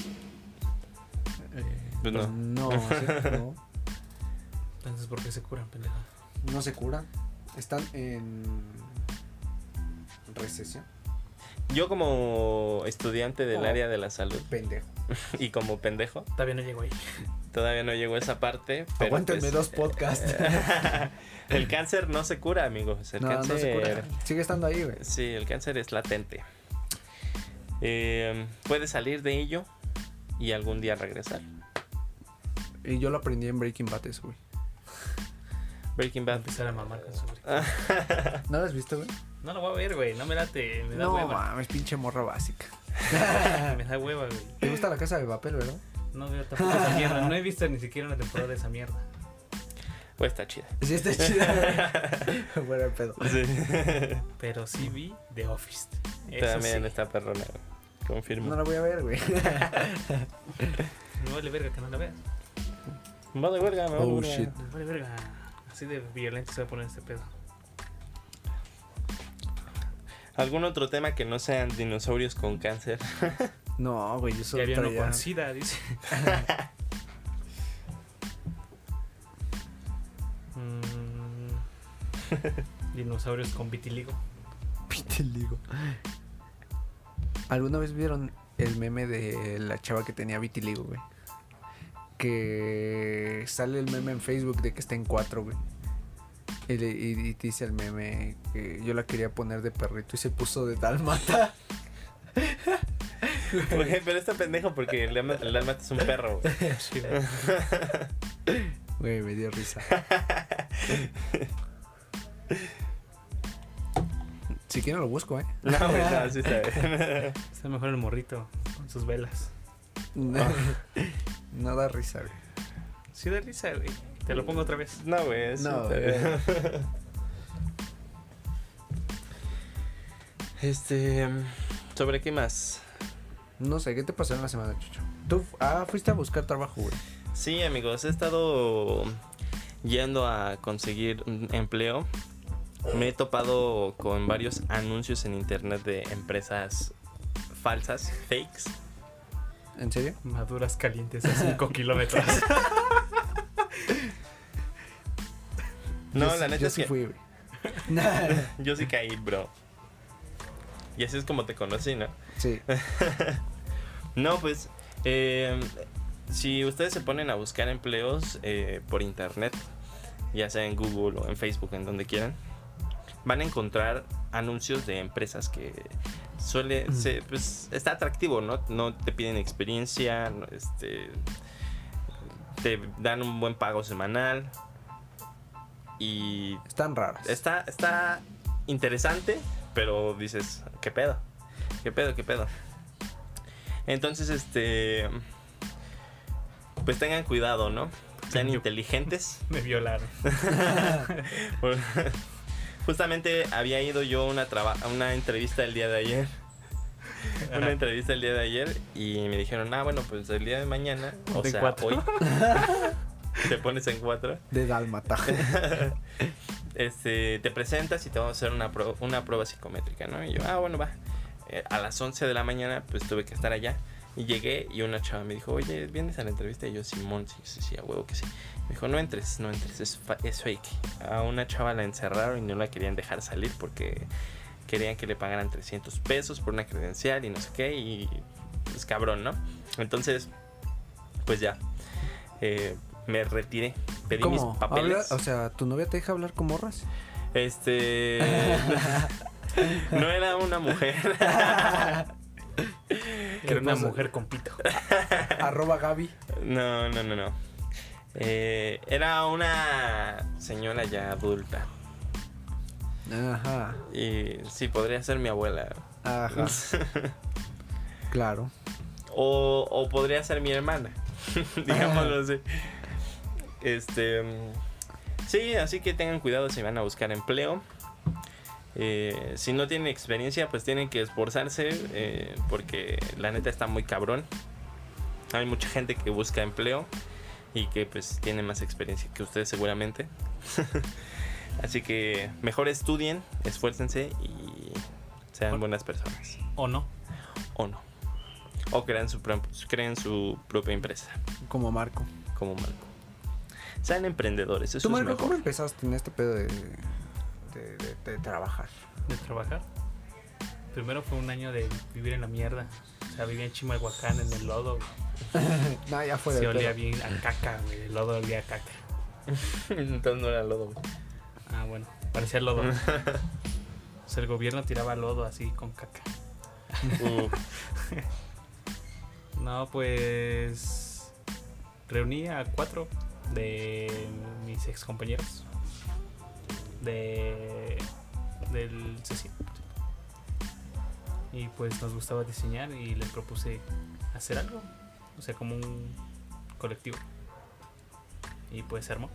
S2: Pues
S1: Pues
S2: no.
S1: no, sí, no.
S3: Entonces, ¿por qué se curan, pendejo?
S1: no se curan. Están en recesión.
S2: Yo como estudiante del
S1: Oh.
S2: área de la salud
S1: Pendejo.
S2: y como pendejo,
S3: Todavía no llegó ahí.
S2: todavía no llego a esa parte. Pero
S1: Aguántenme
S2: pues,
S1: dos podcasts.
S2: [LAUGHS]
S3: eh,
S2: el cáncer no se cura, amigos.
S1: [LAUGHS]
S2: El
S1: no,
S2: cáncer
S1: no se cura. Sigue estando ahí, güey.
S2: Sí, el cáncer es latente. Eh, puedes salir de ello y algún día regresar.
S1: Y yo lo aprendí en Breaking Bad, eso, güey.
S2: Breaking
S3: Va a
S2: Bad.
S3: empezar a mamar con su
S1: ¿No lo has visto, güey?
S3: No lo voy a ver, güey. No me late. Me da
S1: No
S3: hueva.
S1: mames, pinche morra básica.
S3: [LAUGHS] Me da hueva, güey.
S1: ¿Te gusta la casa de papel, verdad?
S3: No veo tampoco esa mierda. No he visto ni siquiera una temporada de esa mierda.
S2: Pues
S1: [LAUGHS]
S2: está chida. [LAUGHS]
S1: Sí,
S3: [LAUGHS]
S1: está chida. [LAUGHS] Bueno, pedo.
S2: Sí.
S3: Pero sí vi The Office. Eso
S2: También
S3: sí.
S2: está perrona. güey. Confirmo.
S1: No la voy a ver, güey. [LAUGHS]
S3: Me vale verga que no la veas.
S2: Vale, verga, me vale
S1: Oh,
S2: verga.
S1: shit.
S3: Me vale verga. Así de violento se va a poner este pedo.
S2: ¿Algún otro tema que no sean dinosaurios con [LAUGHS] cáncer?
S1: No, güey, yo
S3: ya
S1: solo
S3: había uno
S1: traía-
S3: con SIDA, [LAUGHS] dice. Mm. Dinosaurios con [LAUGHS] vitiligo.
S1: Vitiligo. ¿Alguna vez vieron el meme de la chava que tenía vitiligo, güey? Que sale el meme en Facebook de que está en cuatro, güey. Y, le- y- y te dice el meme que yo la quería poner de perrito y se puso de tal mata.
S2: Güey, pero está pendejo porque el alma, el alma es un perro. güey.
S3: Sí, güey.
S1: Güey, me dio risa. Si quieren lo busco, eh.
S2: [LAUGHS] No, güey, no, sí está bien.
S3: Está mejor el morrito con sus velas.
S1: No, [LAUGHS] no da risa, güey.
S3: Sí, da risa, güey. Te lo pongo otra vez.
S2: No, güey, sí
S1: No,
S2: está bien. Este. ¿Sobre qué más?
S1: No sé, ¿qué te pasó en la semana, Chucho? Tú ah, fuiste a buscar trabajo, güey.
S2: Sí, amigos, he estado yendo a conseguir un empleo. Me he topado con varios anuncios en internet de empresas falsas, fakes.
S1: ¿En serio?
S3: Maduras calientes a [LAUGHS] 5 kilómetros.
S2: No,
S1: Yo sí-
S2: la neta
S1: yo
S2: es
S1: sí
S2: que
S1: fui, güey. Nah,
S2: yo sí caí, bro. Y así es como te conocí, ¿no? [LAUGHS]
S1: sí.
S2: No, pues, eh, si ustedes se ponen a buscar empleos eh, por internet, ya sea en Google o en Facebook, en donde quieran, van a encontrar anuncios de empresas que suele, se- pues, está atractivo, ¿no? No te piden experiencia, no- este, te dan un buen pago semanal y
S1: Están raras.
S2: está, está interesante, pero dices, ¿qué pedo? ¿Qué pedo? ¿Qué pedo? Entonces, este. Pues tengan cuidado, ¿no? Sean
S3: Yo- [LAUGHS]
S2: inteligentes.
S3: Me violaron.
S2: Justamente había ido yo a una, traba- a una entrevista el día de ayer. Una entrevista el día de ayer y me dijeron, ah, bueno, pues el día de mañana, o
S3: Ponte en
S2: sea,
S3: cuatro. [LAUGHS]
S2: hoy, te pones en cuatro.
S1: De Dálmata.
S2: [LAUGHS] este, te presentas y te vamos a hacer una, pro- una prueba psicométrica, ¿no? Y yo, ah, bueno, va. Eh, a las 11 de la mañana, pues tuve que estar allá. Y llegué y una chava me dijo, oye, ¿vienes a la entrevista? Y yo, Simón, sí, sí, sí, a huevo que sí. Me dijo, no entres, no entres, es, fa- es fake. A una chava la encerraron y no la querían dejar salir porque querían que le pagaran 300 pesos por una credencial y no sé qué. Y es cabrón, ¿no? Entonces, pues ya. Eh, me retiré, pedí mis
S1: ¿Cómo?
S2: papeles.
S1: Habla- o sea, ¿tu novia te deja hablar con morras?
S2: Este. no era una mujer.
S3: Era una
S1: pasa?
S3: mujer con pito.
S1: Arroba Gaby.
S2: No, no, no, no. Eh, era una señora ya adulta.
S1: Ajá.
S2: Y sí, podría ser mi abuela.
S1: Ajá. [LAUGHS] Claro.
S2: o, o podría ser mi hermana. [LAUGHS] Digámoslo así. Este. mm, Sí, así que tengan cuidado si van a buscar empleo. Eh, si no tienen experiencia, pues tienen que esforzarse eh, porque la neta está muy cabrón. Hay mucha gente que busca empleo y que pues tiene más experiencia que ustedes seguramente. [LAUGHS] así que mejor estudien, esfuércense y sean buenas personas
S3: ¿O no?
S2: o no. O crean su, pro- creen su propia empresa,
S1: Como Marco.
S2: como Marco. Sean emprendedores, eso
S1: ¿Tú,
S2: es
S1: Marco,
S2: mejor.
S1: cómo empezaste en este pedo de, de- de- de trabajar?
S3: de trabajar. Primero fue un año de vivir en la mierda. O sea, vivía en Chimalhuacán, en el lodo. güey.
S1: no, Ah, ya fue
S3: Se
S1: de
S3: olía
S1: pedo.
S3: bien a caca, güey. El lodo olía a caca.
S2: Entonces no era lodo, güey.
S3: Ah, bueno, parecía lodo. o sea, el gobierno tiraba lodo así con caca.
S2: Uf,
S3: No, pues. Reuní a cuatro de mis ex compañeros. De del CECI. Y pues nos gustaba diseñar y les propuse hacer algo, o sea, como un colectivo. Y pues se armó.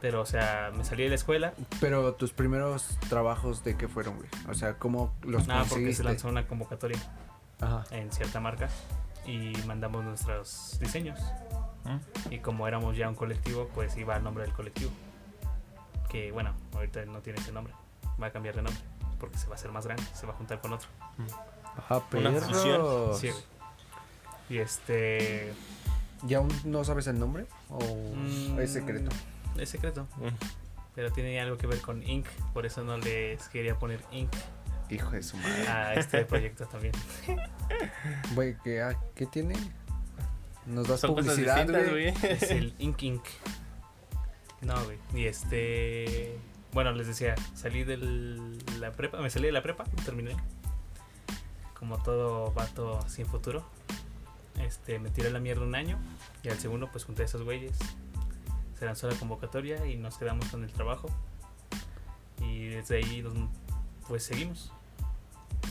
S3: Pero, o sea, me salí de la escuela.
S1: Pero tus primeros trabajos de qué fueron, güey? O sea, ¿cómo los
S3: Nada, Ah, porque
S1: conseguiste?
S3: se lanzó una convocatoria
S1: Ajá.
S3: en cierta marca y mandamos nuestros diseños.
S4: ¿Mm?
S3: Y como éramos ya un colectivo, pues iba al nombre del colectivo. Que bueno, ahorita no tiene ese nombre. Va a cambiar de nombre. Porque se va a hacer más grande, se va a juntar con otro.
S1: Ajá,
S2: Una
S1: Ah, perros.
S2: fusión.
S3: Sí, güey. Y este.
S1: ¿Y aún no sabes el nombre? ¿O es secreto?
S3: mm, Es secreto.
S2: Mm.
S3: Pero tiene algo que ver con Inc. Por eso no les quería poner Inc.
S1: Hijo de su madre.
S3: a este proyecto también.
S1: Güey, ¿qué, ah, ¿qué tiene? Nos das
S2: Son cosas
S1: publicidad,
S2: distintas,
S1: güey.
S2: güey.
S3: Es el Ink Ink. No, güey. Y este. Bueno, les decía, salí de la prepa, me salí de la prepa, terminé. Como todo vato sin futuro. Este, me tiré a la mierda un año. Y al segundo, pues junté a esos güeyes. Se lanzó la convocatoria y nos quedamos con el trabajo. Y desde ahí, nos- pues seguimos.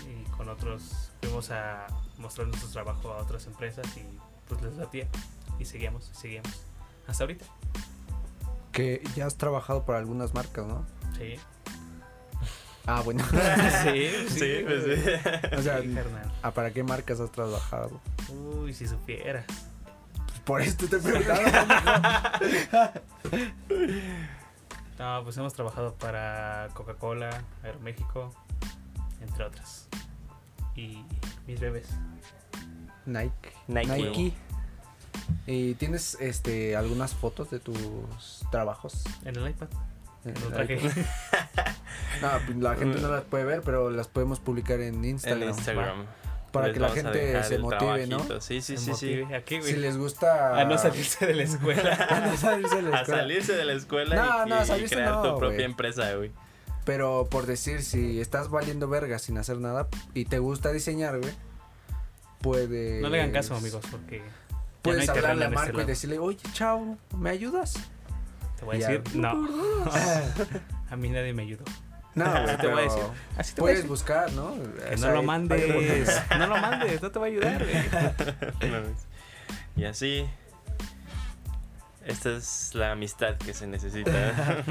S3: Y con otros, fuimos a mostrar nuestro trabajo a otras empresas y pues les latía. Y seguíamos, seguíamos. Hasta ahorita.
S1: Que ya has trabajado para algunas marcas, ¿no?
S3: Sí. [LAUGHS]
S1: [LAUGHS] Ah, [LAUGHS] bueno.
S3: sí,
S2: Sí, pues sí.
S1: o sea,
S3: Sí, carnal.
S1: ¿ah, ¿para qué marcas has trabajado?
S3: Uy, si supieras.
S1: Pues por esto te preguntaba.
S3: No, pues hemos trabajado para Coca-Cola, Aeroméxico, entre otras. Y mis bebés.
S1: Nike.
S2: Nike.
S1: ¿Y tienes este algunas fotos de tus trabajos?
S3: En el iPad.
S1: en
S3: Lo
S1: el
S3: traje. [LAUGHS]
S1: iPhone? No, pues, la gente no las puede ver, pero las podemos publicar en Instagram.
S2: En Instagram.
S1: Para
S2: Les
S1: que la
S2: vamos a
S1: gente
S2: dejar
S1: se
S2: el
S1: motive, ¿no?
S2: trabajito. Sí, sí,
S3: Me
S2: sí, sí.
S3: motivé Aquí, güey.
S1: Si les gusta.
S3: A no salirse de la escuela.
S1: [LAUGHS]
S3: [LAUGHS]
S1: a no salirse de la
S2: A
S1: escuela.
S2: salirse de la escuela
S1: No,
S2: y,
S1: no,
S2: y
S1: salirse
S2: crear
S1: no,
S2: tu propia
S1: güey.
S2: empresa, güey.
S1: Pero por decir, si estás valiendo verga sin hacer nada y te gusta diseñar, güey, puedes.
S3: No le hagan caso, amigos, porque. ya no
S1: Pues Puedes
S3: hay terreno
S1: hablarle a
S3: en este
S1: Marco y
S3: lado.
S1: decirle, oye, chao, ¿me ayudas?
S3: Te voy a
S1: Ya.
S3: decir,
S1: [LAUGHS]
S3: no. [LAUGHS] A mí nadie me ayudó.
S1: no, güey,
S3: te voy a
S1: pero
S3: decir. Así te voy a
S1: Puedes
S3: decir.
S1: buscar, ¿no? O
S3: Que no
S1: sea,
S3: lo [LAUGHS]
S1: hay-
S3: mandes. No lo mandes, no te va a ayudar,
S1: [LAUGHS]
S3: güey.
S2: Y así. Esta es la amistad que se necesita.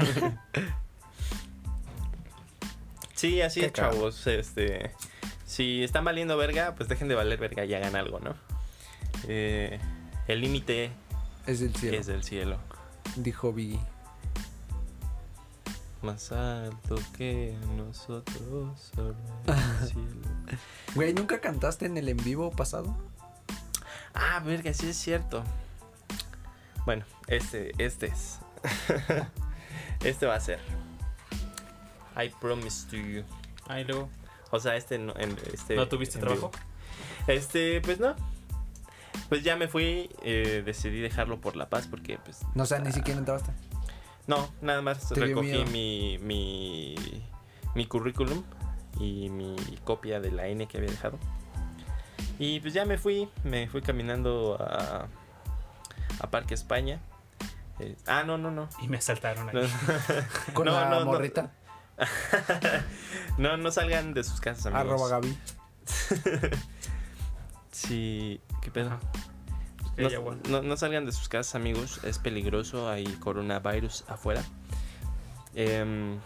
S2: sí, así
S1: Qué
S2: es, chavos. Este, si están valiendo verga, pues dejen de valer verga y hagan algo, ¿no? Eh, el límite
S1: Es del cielo,
S2: es del cielo.
S1: dijo Biggie.
S2: Más alto que nosotros, solo
S1: [LAUGHS]
S2: el cielo.
S1: Güey, ¿nunca cantaste en el en vivo pasado?
S2: Ah, verga, sí es cierto. Bueno, este, este
S3: [LAUGHS]
S2: es. este va a ser. I promise to you.
S3: Ahí luego.
S2: O sea, este no. en- este,
S3: ¿No tuviste
S2: en vivo.
S3: trabajo?
S2: Este, pues no. Pues ya me fui. eh, decidí dejarlo por la paz porque, pues.
S1: No, o sea,
S3: Ah.
S1: ni siquiera
S3: [LAUGHS]
S1: entraste.
S2: No, nada más
S1: Te dio
S2: recogí
S1: miedo.
S2: mi, mi. mi currículum y mi copia de la N que había dejado. Y pues ya me fui, me fui caminando a. a Parque España. Eh, ah, no,
S1: [LAUGHS]
S2: no, no.
S3: Y me asaltaron
S2: No,
S3: ahí.
S1: Con
S2: No,
S1: la
S2: no, no.
S1: morrita,
S2: no, no salgan de sus casas, amigos.
S1: arroba Gaby.
S2: Sí, qué pedo.
S3: Ajá.
S2: No,
S3: Sí, ya, güey.
S2: no- no salgan de sus casas, amigos. Es peligroso. Hay coronavirus afuera. Em,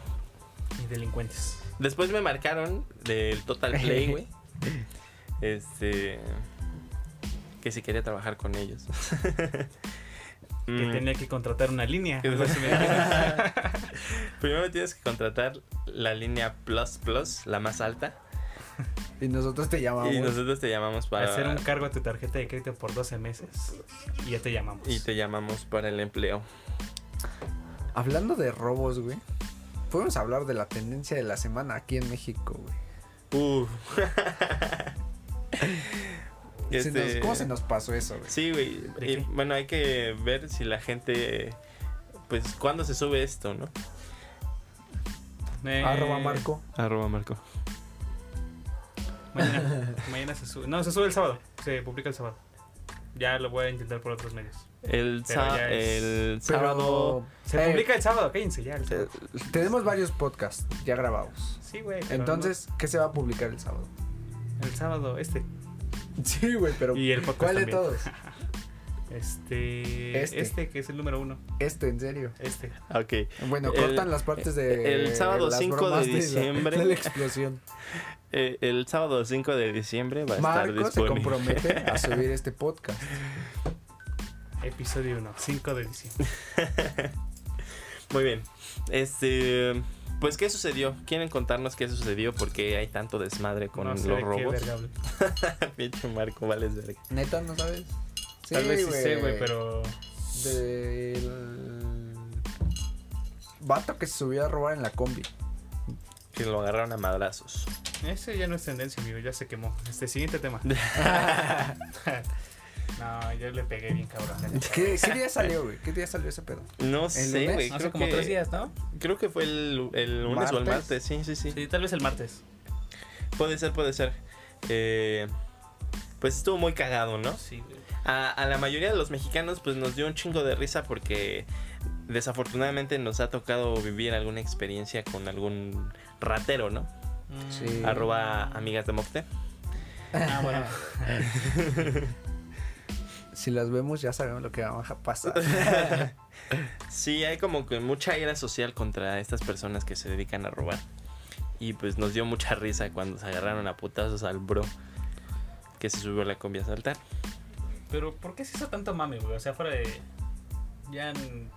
S3: Y delincuentes.
S2: después me marcaron del Total Play,
S3: [LAUGHS]
S2: güey. Este. Que si quería trabajar con ellos.
S3: [LAUGHS] Que
S2: Mm.
S3: tenía que contratar una línea. algo así me dijeron.
S2: Primero tienes que contratar la línea Plus Plus, la más alta.
S1: Y nosotros te llamamos.
S2: y nosotros te llamamos [LAUGHS] para.
S3: Hacer un cargo a tu tarjeta de crédito por 12 meses. Y ya te llamamos.
S2: Y te llamamos para el empleo.
S1: Hablando de robos, güey. Podemos hablar de la tendencia de la semana aquí en México, güey.
S2: Uf.
S1: [LAUGHS] Se nos-
S2: Este-
S1: ¿Cómo se nos pasó eso, güey?
S2: Sí, güey.
S3: ¿De
S2: Y,
S3: qué?
S2: Bueno, hay que ver si la gente. Pues, ¿cuándo se sube esto, no?
S3: Eh,
S1: Arroba Marco.
S2: Arroba Marco.
S1: [LAUGHS]
S3: Mañana, mañana se sube. No, se sube el sábado. Se publica el sábado. Ya lo voy a intentar por otros medios.
S2: El,
S3: Pero
S2: sa-
S3: ya es-
S2: el
S1: Pero-
S2: sábado.
S3: Se
S1: Eh,
S3: publica el sábado, cállense ya. el
S1: eh,
S3: sábado.
S1: tenemos varios podcasts ya grabados.
S3: Sí, güey. pero
S1: Entonces, ¿qué se va a publicar el sábado? [LAUGHS]
S3: no- el sábado, este.
S1: Sí, güey, pero
S3: Y el podcast
S1: ¿cuál de
S3: también.
S1: todos?
S3: Este,
S1: Este.
S3: este. que es el número uno.
S1: Este, en serio.
S3: Este.
S2: Ok.
S1: Bueno,
S2: El-
S1: cortan las partes de
S2: el sábado
S1: las
S2: 5 de
S1: bromas la-
S2: diciembre.
S1: de la explosión.
S3: [LAUGHS]
S2: Eh, el sábado 5 de diciembre va a
S1: Marco
S2: estar
S1: se
S2: disponible.
S1: compromete a subir este podcast.
S3: Episodio 1, 5 de diciembre.
S2: [LAUGHS] Muy bien. Este. Pues, ¿qué sucedió? ¿Quieren contarnos qué sucedió? ¿Por qué hay tanto desmadre con
S3: no sé
S2: los
S3: de qué
S2: robos?
S3: verga hablo.
S2: [LAUGHS] Pinche Marco, vales verga.
S1: Neta, ¿no sabes?
S3: Tal vez sí sé, güey, pero.
S1: Del. Vato que se subió a robar en la combi.
S2: Que lo agarraron a madrazos.
S3: Ese ya no es tendencia, amigo, ya se quemó. Este
S1: [LAUGHS]
S3: siguiente tema. [LAUGHS] no, yo le pegué bien cabrón. eh. la neta.
S1: ¿Qué, qué día salió, güey? ¿Qué día salió ese pedo?
S2: No
S1: lunes?
S2: sé, güey.
S3: Hace
S2: creo
S3: como
S2: que-
S3: tres días, ¿no?
S2: Creo que fue el, el lunes o el
S1: ¿Martes?
S2: martes, sí, sí, sí.
S3: Sí, tal vez el martes.
S2: Puede ser, puede ser. Eh, pues estuvo muy cagado, ¿no?
S3: Sí, güey.
S2: A, a la mayoría de los mexicanos pues nos dio un chingo de risa porque desafortunadamente nos ha tocado vivir alguna experiencia con algún ratero, ¿no?
S3: Mm.
S1: Sí.
S2: Arroba amigas de Mocte.
S3: [LAUGHS] Ah, bueno.
S1: Si las vemos, ya sabemos lo que va a pasar. [LAUGHS]
S2: Sí, hay como que mucha ira social contra estas personas que se dedican a robar. Y pues nos dio mucha risa cuando se agarraron a putazos al bro que se subió a la combi a saltar.
S3: Pero, ¿por qué se hizo tanto mame, güey? O sea, fuera de. Ya han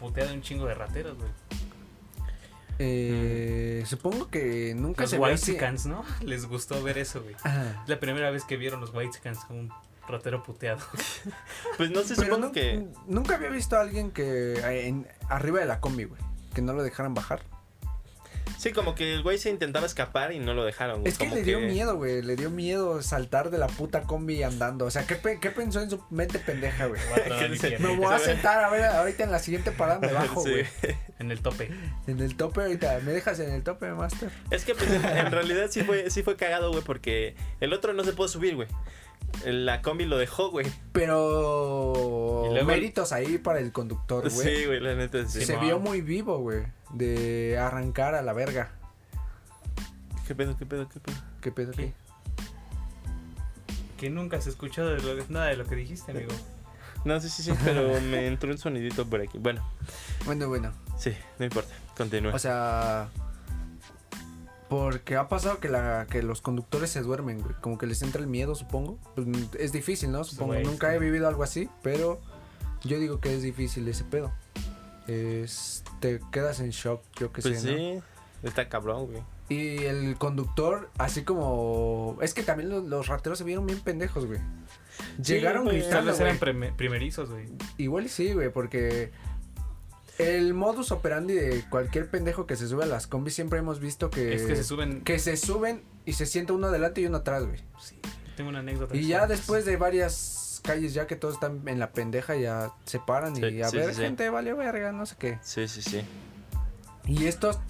S3: puteado un chingo de rateros, güey.
S1: Eh, Supongo que nunca
S3: Los
S1: se vio así.
S3: Whitecans, ¿no? [LAUGHS] Les gustó ver eso, güey.
S1: Ah,
S3: Es la primera vez que vieron los Whitecans con un ratero
S1: [LAUGHS]
S3: puteado.
S2: Pues no sé,
S1: Pero
S2: supongo
S1: nun-
S2: que...
S1: nunca había visto a alguien que eh, en- arriba de la combi, güey, que no lo dejaran bajar.
S2: Sí, como que el güey se intentaba escapar y no lo dejaron. güey.
S1: Es Mm, que
S2: Como
S1: le dio miedo, güey, le dio miedo saltar de la puta combi andando. O sea, ¿qué, pe- qué pensó en su mente pendeja, [LAUGHS] güey?
S3: Lo va a tronar
S2: ¿Qué
S3: mi
S2: dice?
S3: pierna.
S1: Me voy a sentar, a ver, ahorita en la siguiente parada me [LAUGHS] bajo,
S2: [LAUGHS] Sí.
S1: güey.
S3: En el tope.
S1: En el tope ahorita, ¿me dejas en el tope, master?
S2: Es que pues, en, en realidad sí fue, sí fue cagado, güey, porque el otro no se pudo subir, güey. La combi lo dejó, güey.
S1: Pero
S3: Y luego-
S1: méritos ahí para el conductor, güey.
S2: Sí, güey, la neta sí.
S1: Se
S3: Simón.
S1: vio muy vivo, güey, de arrancar a la verga.
S2: ¿Qué pedo, qué pedo, qué pedo?
S1: ¿Qué pedo
S3: ¿Qué?
S1: aquí?
S3: Que nunca se escuchó de lo- nada de lo que dijiste, amigo.
S1: Eh,
S2: No, sí, sí, sí, pero me entró un sonidito por aquí. Bueno,
S1: Bueno, bueno.
S2: sí, no importa. Continúa.
S1: O sea, porque ha pasado que, la, que los conductores se duermen, güey. Como que les entra el miedo, supongo. Pues, mm, es difícil, ¿no? Supongo.
S3: güey,
S1: Nunca
S3: sí.
S1: he vivido algo así, pero yo digo que es difícil ese pedo. Es- te quedas en shock, yo qué
S2: pues
S1: sé, ¿no?
S2: sí, está cabrón, güey.
S1: Y el conductor, así como... Es que también los, los rateros se vieron bien pendejos, güey.
S2: Sí,
S1: Llegaron
S2: güey.
S1: gritando,
S3: pues, Tal vez
S1: güey. Eh,
S3: eran prime- primerizos, güey.
S1: Igual y sí, güey, porque el modus operandi de cualquier pendejo que se sube a las combis siempre hemos visto que
S3: es que se suben. pues,
S1: que se suben y se sienta uno adelante y uno atrás, güey.
S3: Sí, tengo una anécdota.
S1: Y ya después de varias calles ya que todos están en la pendeja ya se paran
S2: Sí,
S1: y a
S2: sí,
S1: ver
S2: sí, sí.
S1: gente vale verga, no sé qué.
S2: Sí, sí, sí.
S1: Y estos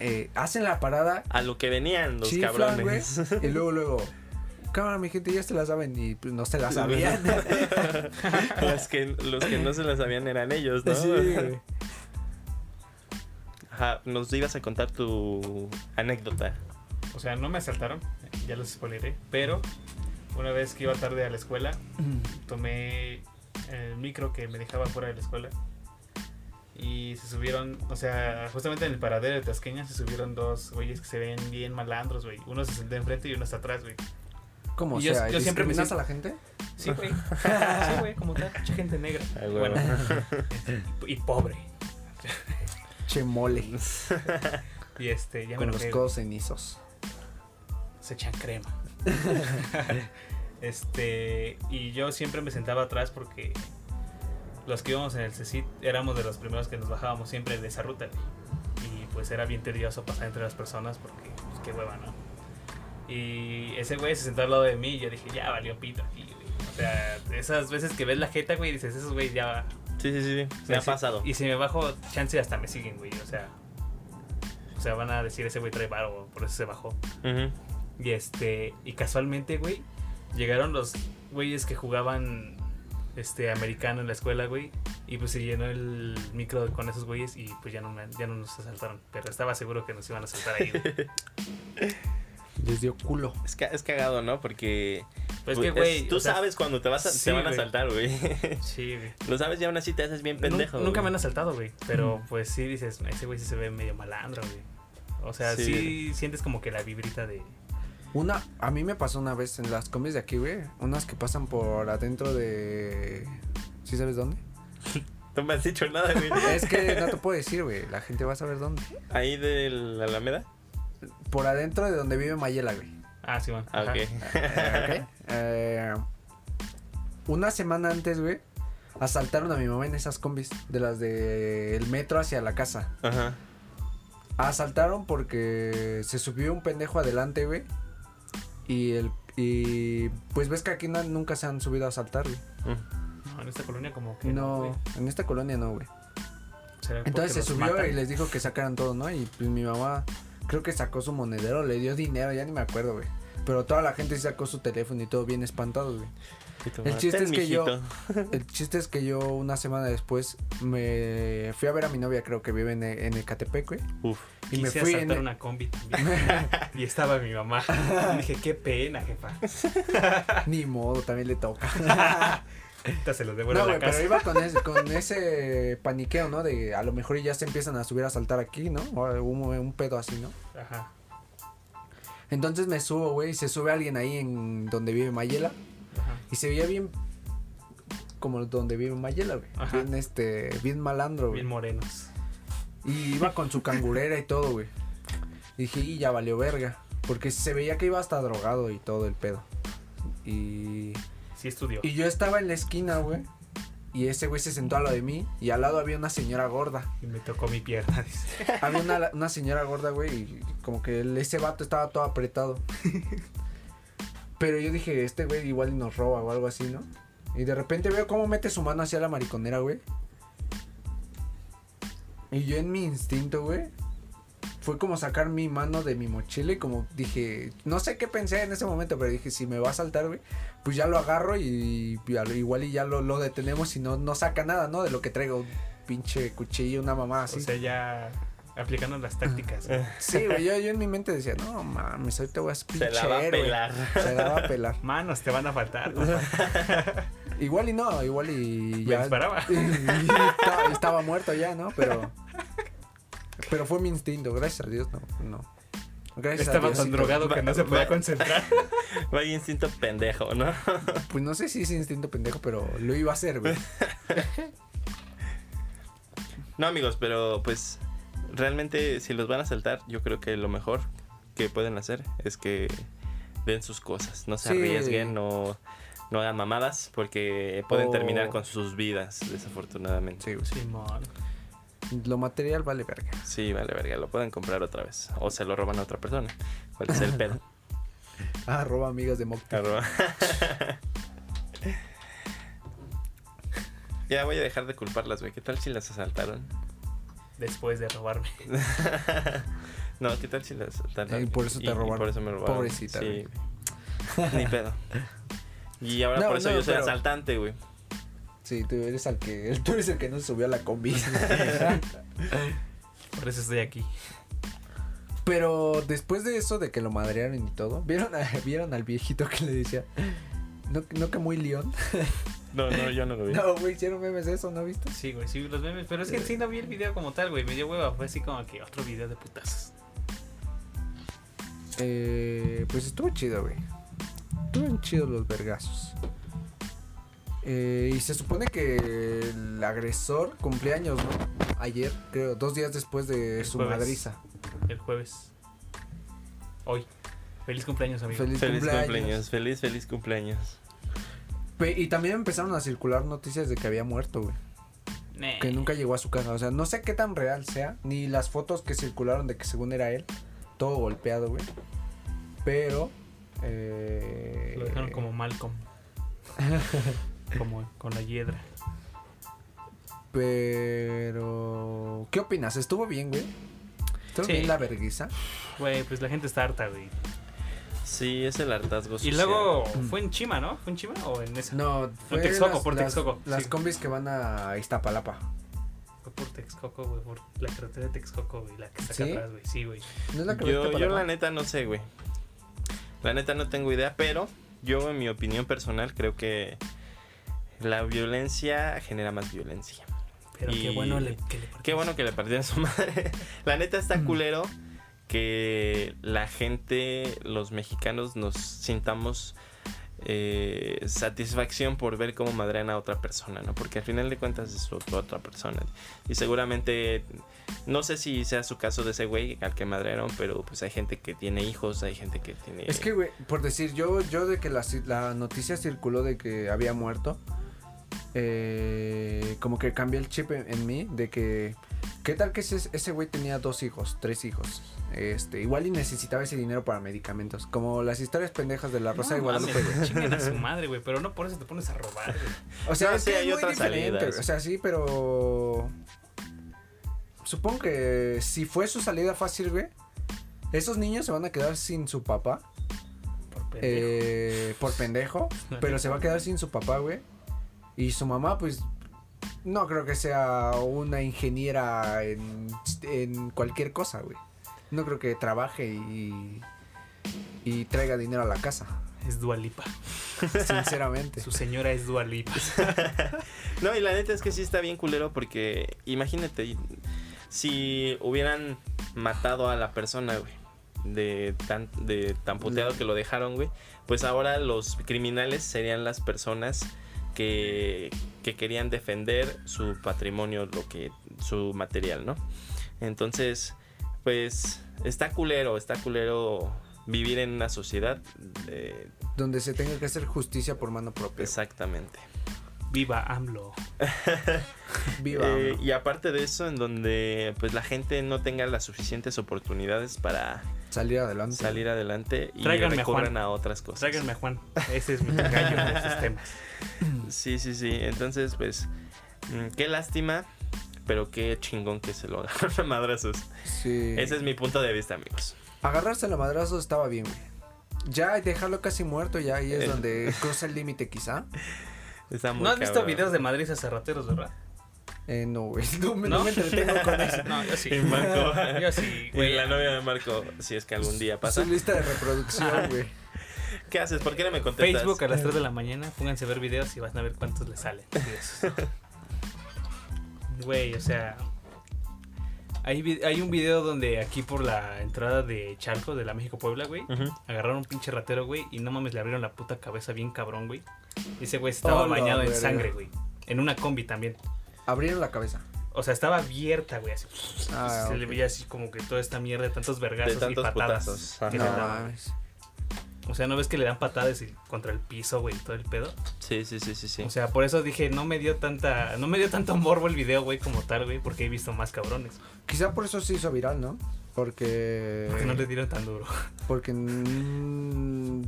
S1: eh, hacen la parada
S2: A lo que venían los
S1: chiflan, güey,
S2: cabrones. [LAUGHS]
S1: y luego luego cámara mi gente ya se la saben y pues, no
S2: [LAUGHS]
S1: se la sabían.
S2: los, que, los que no se las sabían eran ellos,
S1: [LAUGHS]
S2: ¿no?
S1: Sí, güey.
S2: Ajá, nos ibas a contar tu anécdota.
S3: O sea, no me asaltaron, ya los spoileré. Pero una vez que iba tarde a la escuela, tomé el micro que me dejaba fuera de la escuela. Y se subieron, o sea, justamente en el paradero de Tasqueña se subieron dos güeyes que se ven bien malandros, güey. Uno se sentó enfrente y uno está atrás, güey.
S1: ¿Cómo
S3: Y yo-
S1: sea?
S3: yo siempre me
S1: ¿Discriminas
S3: siento-
S1: a la gente? [LAUGHS]
S3: Sí, güey. Sí, güey, como tal, mucha gente negra.
S2: Ah, güey.
S3: bueno, y y pobre.
S1: Che
S3: [LAUGHS]
S1: mole.
S3: Y este, ya me
S1: Con los
S3: enojé,
S1: codos cenizos.
S3: se echan crema. [LAUGHS] este, y yo siempre me sentaba atrás porque los que íbamos en el CECIT éramos de los primeros que nos bajábamos siempre de esa ruta. güey. Y pues era bien tedioso pasar entre las personas porque, pues, qué hueva, ¿no? Y ese güey se sentó al lado de mí y yo dije, ya valió pito aquí, güey. O sea, esas veces que ves la jeta, güey, y dices, esos güeyes ya.
S2: [LAUGHS] Sí, sí, sí, sí.
S3: o
S2: Me
S3: sea,
S2: ha
S3: si-
S2: pasado.
S3: Y si me bajo, chance hasta me siguen, güey. O sea, o sea, van a decir, ese güey trae varo, por eso se bajó.
S2: Ujú.
S3: Y este, y casualmente, güey, Llegaron los güeyes que jugaban este americano en la escuela, güey. Y pues se llenó el micro con esos güeyes y pues ya no, me- ya no nos asaltaron. Pero estaba seguro que nos iban a asaltar
S2: [LAUGHS]
S3: ahí, güey.
S1: Les dio culo.
S2: Es, ca- es cagado, ¿no? Porque
S3: Pues
S2: güey,
S3: es que, güey.
S2: tú
S3: o sea,
S2: sabes cuando te, vas a,
S3: sí,
S2: te van a
S3: güey.
S2: saltar, güey. [LAUGHS]
S3: Sí, güey.
S2: Lo sabes y aún así te haces bien pendejo.
S3: Nun- Nunca me
S2: güey.
S3: han asaltado, güey. Pero pues sí dices, ese güey sí se ve medio malandro, güey. O sea,
S2: Sí.
S3: sí. sientes como que la vibrita de.
S1: Una, a mí me pasó una vez en las combis de aquí, güey. Unas que pasan por adentro de. ¿Sí sabes
S3: [LAUGHS]
S1: dónde?
S2: No me has dicho nada, güey.
S1: Es que no te puedo decir, güey. La gente va a saber dónde.
S2: Ahí de la Alameda.
S1: Por adentro de donde vive Mayela, güey.
S3: Ah, sí, man.
S2: Ah,
S3: Ajá.
S2: ok.
S1: Eh, ok. Eh, una semana antes, güey, asaltaron a mi mamá en esas combis. De las del metro hacia la casa.
S2: Ajá.
S1: Asaltaron porque se subió un pendejo adelante, güey. Y el. Y pues ves que aquí no- nunca se han subido a asaltar, güey.
S2: Mm.
S3: No, en esta colonia como que.
S1: No,
S3: güey.
S1: en esta colonia no, güey.
S3: Será porque
S1: Entonces se
S3: los
S1: subió
S3: matan.
S1: y les dijo que sacaran todo, ¿no? Y pues mi mamá creo que sacó su monedero, le dio dinero, ya ni me acuerdo, güey. Pero toda la gente sí sacó su teléfono y todo bien espantado, güey.
S2: Y tu
S1: El
S2: mamá,
S1: chiste
S2: "Ten,
S1: es que yo-
S2: mijito".
S1: El chiste es que yo una semana después me fui a ver a mi novia, creo que vive en, en Ecatepec, güey.
S2: Uf.
S1: Y me
S3: Quise
S1: fui en... e-
S3: asaltar una combi también. y estaba mi mamá. Y dije, qué pena, jefa.
S1: [LAUGHS] Ni modo, también le toca.
S3: Ahorita se los devuelvo
S1: no,
S3: a
S1: güey,
S3: la casa.
S1: pero iba
S3: [LAUGHS]
S1: con ese, con ese paniqueo, ¿no? De a lo mejor ya se empiezan a subir a saltar aquí, ¿no? O un, un pedo así, ¿no?
S3: Ajá.
S1: Entonces me subo, güey, y se sube alguien ahí en donde vive Mayela.
S3: Ajá.
S1: Y se veía bien como donde vive Mayela, güey.
S3: Ajá.
S1: Bien, este, bien malandro, güey.
S3: Bien morenos.
S1: Y iba con su cangurera y todo, güey. Y dije, y ya valió verga. Porque se veía que iba hasta drogado y todo el pedo. Y,
S3: Sí estudió.
S1: y yo estaba en la esquina, güey. Y ese güey se sentó a lo de mí. Y al lado había una señora gorda.
S3: Y me tocó mi pierna, dice.
S1: [LAUGHS] Había una, una señora gorda, güey, y como que el- ese vato estaba todo apretado. Pero yo dije, este güey igual y nos roba o algo así, ¿no? Y de repente veo cómo mete su mano hacia la mariconera, güey. Y yo en mi instinto, güey, fue como sacar mi mano de mi mochila y como dije, no sé qué pensé en ese momento, pero dije, si me va a saltar, güey, pues ya lo agarro y, y al- igual y ya lo, lo detenemos y no, no saca nada, ¿no? De lo que traigo, un pinche cuchillo, una mamá así.
S3: O sea, ya aplicando
S1: Ah,
S3: las tácticas. güey.
S1: Sí, güey, yo, yo en mi mente decía, no mames, ahorita voy a
S2: Se
S1: pinchar.
S2: la va a pelar.
S1: Se la va a pelar.
S3: Manos te van a faltar. papá.
S1: Igual y no, igual y
S3: Me
S1: ya.
S3: disparaba.
S1: y [LAUGHS] estaba, estaba muerto ya, ¿no? Pero. Pero fue mi instinto, gracias a Dios, no. no. Gracias a
S3: Estaba
S1: Dios.
S3: tan drogado que no se podía
S1: [LAUGHS]
S3: concentrar.
S2: Vaya instinto pendejo, ¿no? [LAUGHS]
S1: Pues no sé si es instinto pendejo, pero lo iba a hacer, güey.
S2: No, amigos, pero pues realmente si los van a saltar, yo creo que lo mejor que pueden hacer es que den sus cosas, no se
S1: Sí.
S2: arriesguen, no, no hagan mamadas, porque pueden
S1: O-
S2: terminar con sus vidas, desafortunadamente.
S1: Sí, güey.
S3: Simón.
S1: Lo material vale verga.
S2: Sí. vale, verga, lo pueden comprar otra vez, o se lo roban a otra persona, cuál es el
S1: [LAUGHS]
S2: pedo.
S1: Arroba amigas de Mocta. [LAUGHS]
S2: Arroba. ya voy a dejar de culparlas, güey, ¿qué tal si las asaltaron?
S3: Después de robarme.
S2: [LAUGHS] no, ¿qué tal si las asaltaron?
S1: Y por eso te robaron.
S2: por eso me robaron.
S1: Pobrecita,
S2: Sí,
S1: güey.
S2: güey. [LAUGHS] Ni pedo. Y ahora
S1: No,
S2: por eso
S1: no,
S2: yo soy
S1: pero-
S2: asaltante, güey.
S1: Sí, tú eres al que. Tú eres el que no subió a la
S2: [LAUGHS]
S1: combi.
S3: Por eso estoy aquí.
S1: Pero después de eso, de que lo madrearon y todo, ¿vieron, a- [LAUGHS] ¿vieron al viejito que le decía, no, no que muy león?
S2: No, no, yo no lo
S1: [LAUGHS]
S2: vi.
S1: No, güey, hicieron memes de eso, ¿no viste?
S3: Sí, güey, sí, vi los memes. Pero es que en sí no vi el video como tal, güey. Me dio hueva. Fue así como que otro video de putazos.
S1: Eh, pues estuvo chido, güey. Estuvieron chidos los vergazos. Eh, y se supone que el agresor cumplía años, ¿no? Ayer, creo, dos días después de
S3: El
S1: su
S3: jueves.
S1: madriza.
S3: El jueves. Hoy. Feliz cumpleaños, amigo.
S1: Feliz,
S2: Feliz
S1: cumpleaños.
S2: cumpleaños, feliz, feliz cumpleaños.
S1: Pe- Y también empezaron a circular noticias de que había muerto, güey.
S3: Nah.
S1: que nunca llegó a su casa. O sea, no sé qué tan real sea, ni las fotos que circularon de que según era él, todo golpeado, güey. Pero. eh,
S3: Lo dejaron como Malcolm. como con la hiedra.
S1: Pero. ¿Qué opinas? ¿Estuvo bien, güey? ¿Estuvo
S3: Sí.
S1: bien la verguiza?
S3: Güey, pues la gente está harta, güey.
S2: Pues Sí, es el hartazgo
S3: Y
S2: social.
S3: luego fue en Chima, ¿no? ¿Fue en Chima o en esa?
S1: No, fue
S3: Texcoco,
S1: las,
S3: por
S1: las-
S3: Texcoco,
S1: Las
S3: sí.
S1: combis que van a Iztapalapa.
S3: Fue por Texcoco, güey, por la carretera de Texcoco, güey, la que está acá
S1: ¿Sí?
S3: atrás, güey. Sí, güey.
S1: ¿No es la que va a
S2: Yo, yo
S1: Iztapalapa?
S2: la neta no sé, güey. La neta no tengo idea, pero yo en mi opinión personal creo que la violencia genera más violencia.
S3: Pero
S2: Y-
S3: qué bueno le, que le
S2: Qué bueno que le partieron su [LAUGHS] madre. La neta está culero que la gente, los mexicanos, nos sintamos eh, satisfacción por ver cómo madrean a otra persona, ¿no? Porque al final de cuentas es ot- otra persona. Y seguramente, no sé si sea su caso de ese güey al que madrearon, pero pues hay gente que tiene hijos, hay gente que tiene...
S1: Es que, güey, por decir, yo, yo de que la, ci- la noticia circuló de que había muerto, eh, como que cambié el chip en, en mí de que, ¿qué tal que ese ese güey tenía dos hijos, tres hijos? Este, igual y necesitaba ese dinero para medicamentos, como las historias pendejas de la Rosa de Guadalupe, güey.
S3: Chinguen a su madre, güey, pero no por eso te pones a robar, güey.
S1: O sea,
S2: No,
S1: es
S2: sí,
S1: que
S2: hay
S1: es muy
S2: otras
S1: diferente.
S2: salidas.
S1: O sea, sí, pero. Supongo que si fue su salida fácil, güey. Esos niños se van a quedar sin su papá.
S3: Por pendejo.
S1: eh, por
S2: [LAUGHS]
S1: pendejo. pero se va a quedar sin su papá, güey. Y su mamá, pues. No creo que sea una ingeniera en, en cualquier cosa, güey. No creo que trabaje y. Y traiga dinero a la
S2: [LAUGHS]
S1: casa,
S3: Es Dualipa.
S1: sinceramente.
S3: Su señora es Dualipa.
S2: No, y la neta es que sí está bien culero porque imagínate si hubieran matado a la persona, güey. De tan, de tan puteado que lo dejaron, güey. Pues ahora los criminales serían las personas que, que querían defender su patrimonio, lo que su material, ¿no? Entonces, pues está culero, está culero vivir en una sociedad. eh,
S1: Donde se tenga que hacer justicia por mano propia.
S2: exactamente.
S3: Viva AMLO.
S1: Viva.
S2: Eh,
S1: AMLO.
S2: y aparte de eso, en donde pues la gente no tenga las suficientes oportunidades para
S1: Salir adelante.
S2: salir adelante y
S3: Tráiganme a
S2: recurran
S3: Juan.
S2: a otras cosas.
S3: Tráiganme a Juan. Ese es mi gallo de esos temas.
S2: Sí, sí, sí. Entonces, pues, mm, qué lástima, pero qué chingón que se lo agarraron a madrazos.
S1: Sí.
S2: Ese es mi punto de vista, amigos.
S1: Agarrarse la madrazo estaba bien, güey. Ya dejarlo casi muerto, ya ahí es
S2: El- [LAUGHS]
S1: donde cruza el límite, quizá.
S2: Está muy
S3: ¿No has visto
S2: cabrón.
S3: videos de Madrid a cerrateros, verdad?
S1: Eh, no, güey. [LAUGHS] No, me- no me entretengo
S3: [LAUGHS]
S2: [LAUGHS]
S1: con eso.
S3: No, yo sí.
S2: Y Marco.
S3: [LAUGHS] Yo sí,
S2: Y
S3: güey.
S2: la novia de Marco, si es que algún día pasa.
S1: Su lista de reproducción, güey.
S2: ¿Qué haces? ¿Por qué no me contestas?
S3: Facebook a las 3 de la mañana, pónganse a ver videos y van a ver cuántos
S2: [LAUGHS]
S3: le salen. de esos. Güey, o sea. Hay, vi- hay un video donde aquí por la entrada de Chalco, de la México Puebla, güey,
S2: Ujú.
S3: agarraron un pinche ratero, güey, y no mames, le abrieron la puta cabeza bien cabrón, güey. Y Ese güey estaba
S1: Hola,
S3: bañado en
S1: Oh, verga.
S3: sangre, güey. En una combi también.
S1: Abrieron la cabeza.
S3: O sea, estaba abierta, güey, así.
S1: Ah,
S3: se le
S1: ok.
S3: veía así como que toda esta mierda de tantos vergazos
S2: De tantos
S3: y patadas.
S2: putazos.
S3: que
S1: Ah, No,
S3: le daban.
S1: mames.
S3: O sea, ¿no ves que le dan patadas y contra el piso, güey, y todo el pedo?
S2: Sí, sí, sí, sí, sí.
S3: O sea, por eso dije, no me dio tanta, no me dio tanto morbo el video, güey, como tal, güey, porque he visto más cabrones.
S1: Quizá por eso se hizo viral, ¿no? Porque.
S3: Porque no le dieron
S2: [LAUGHS]
S3: tan duro.
S1: Porque. mm,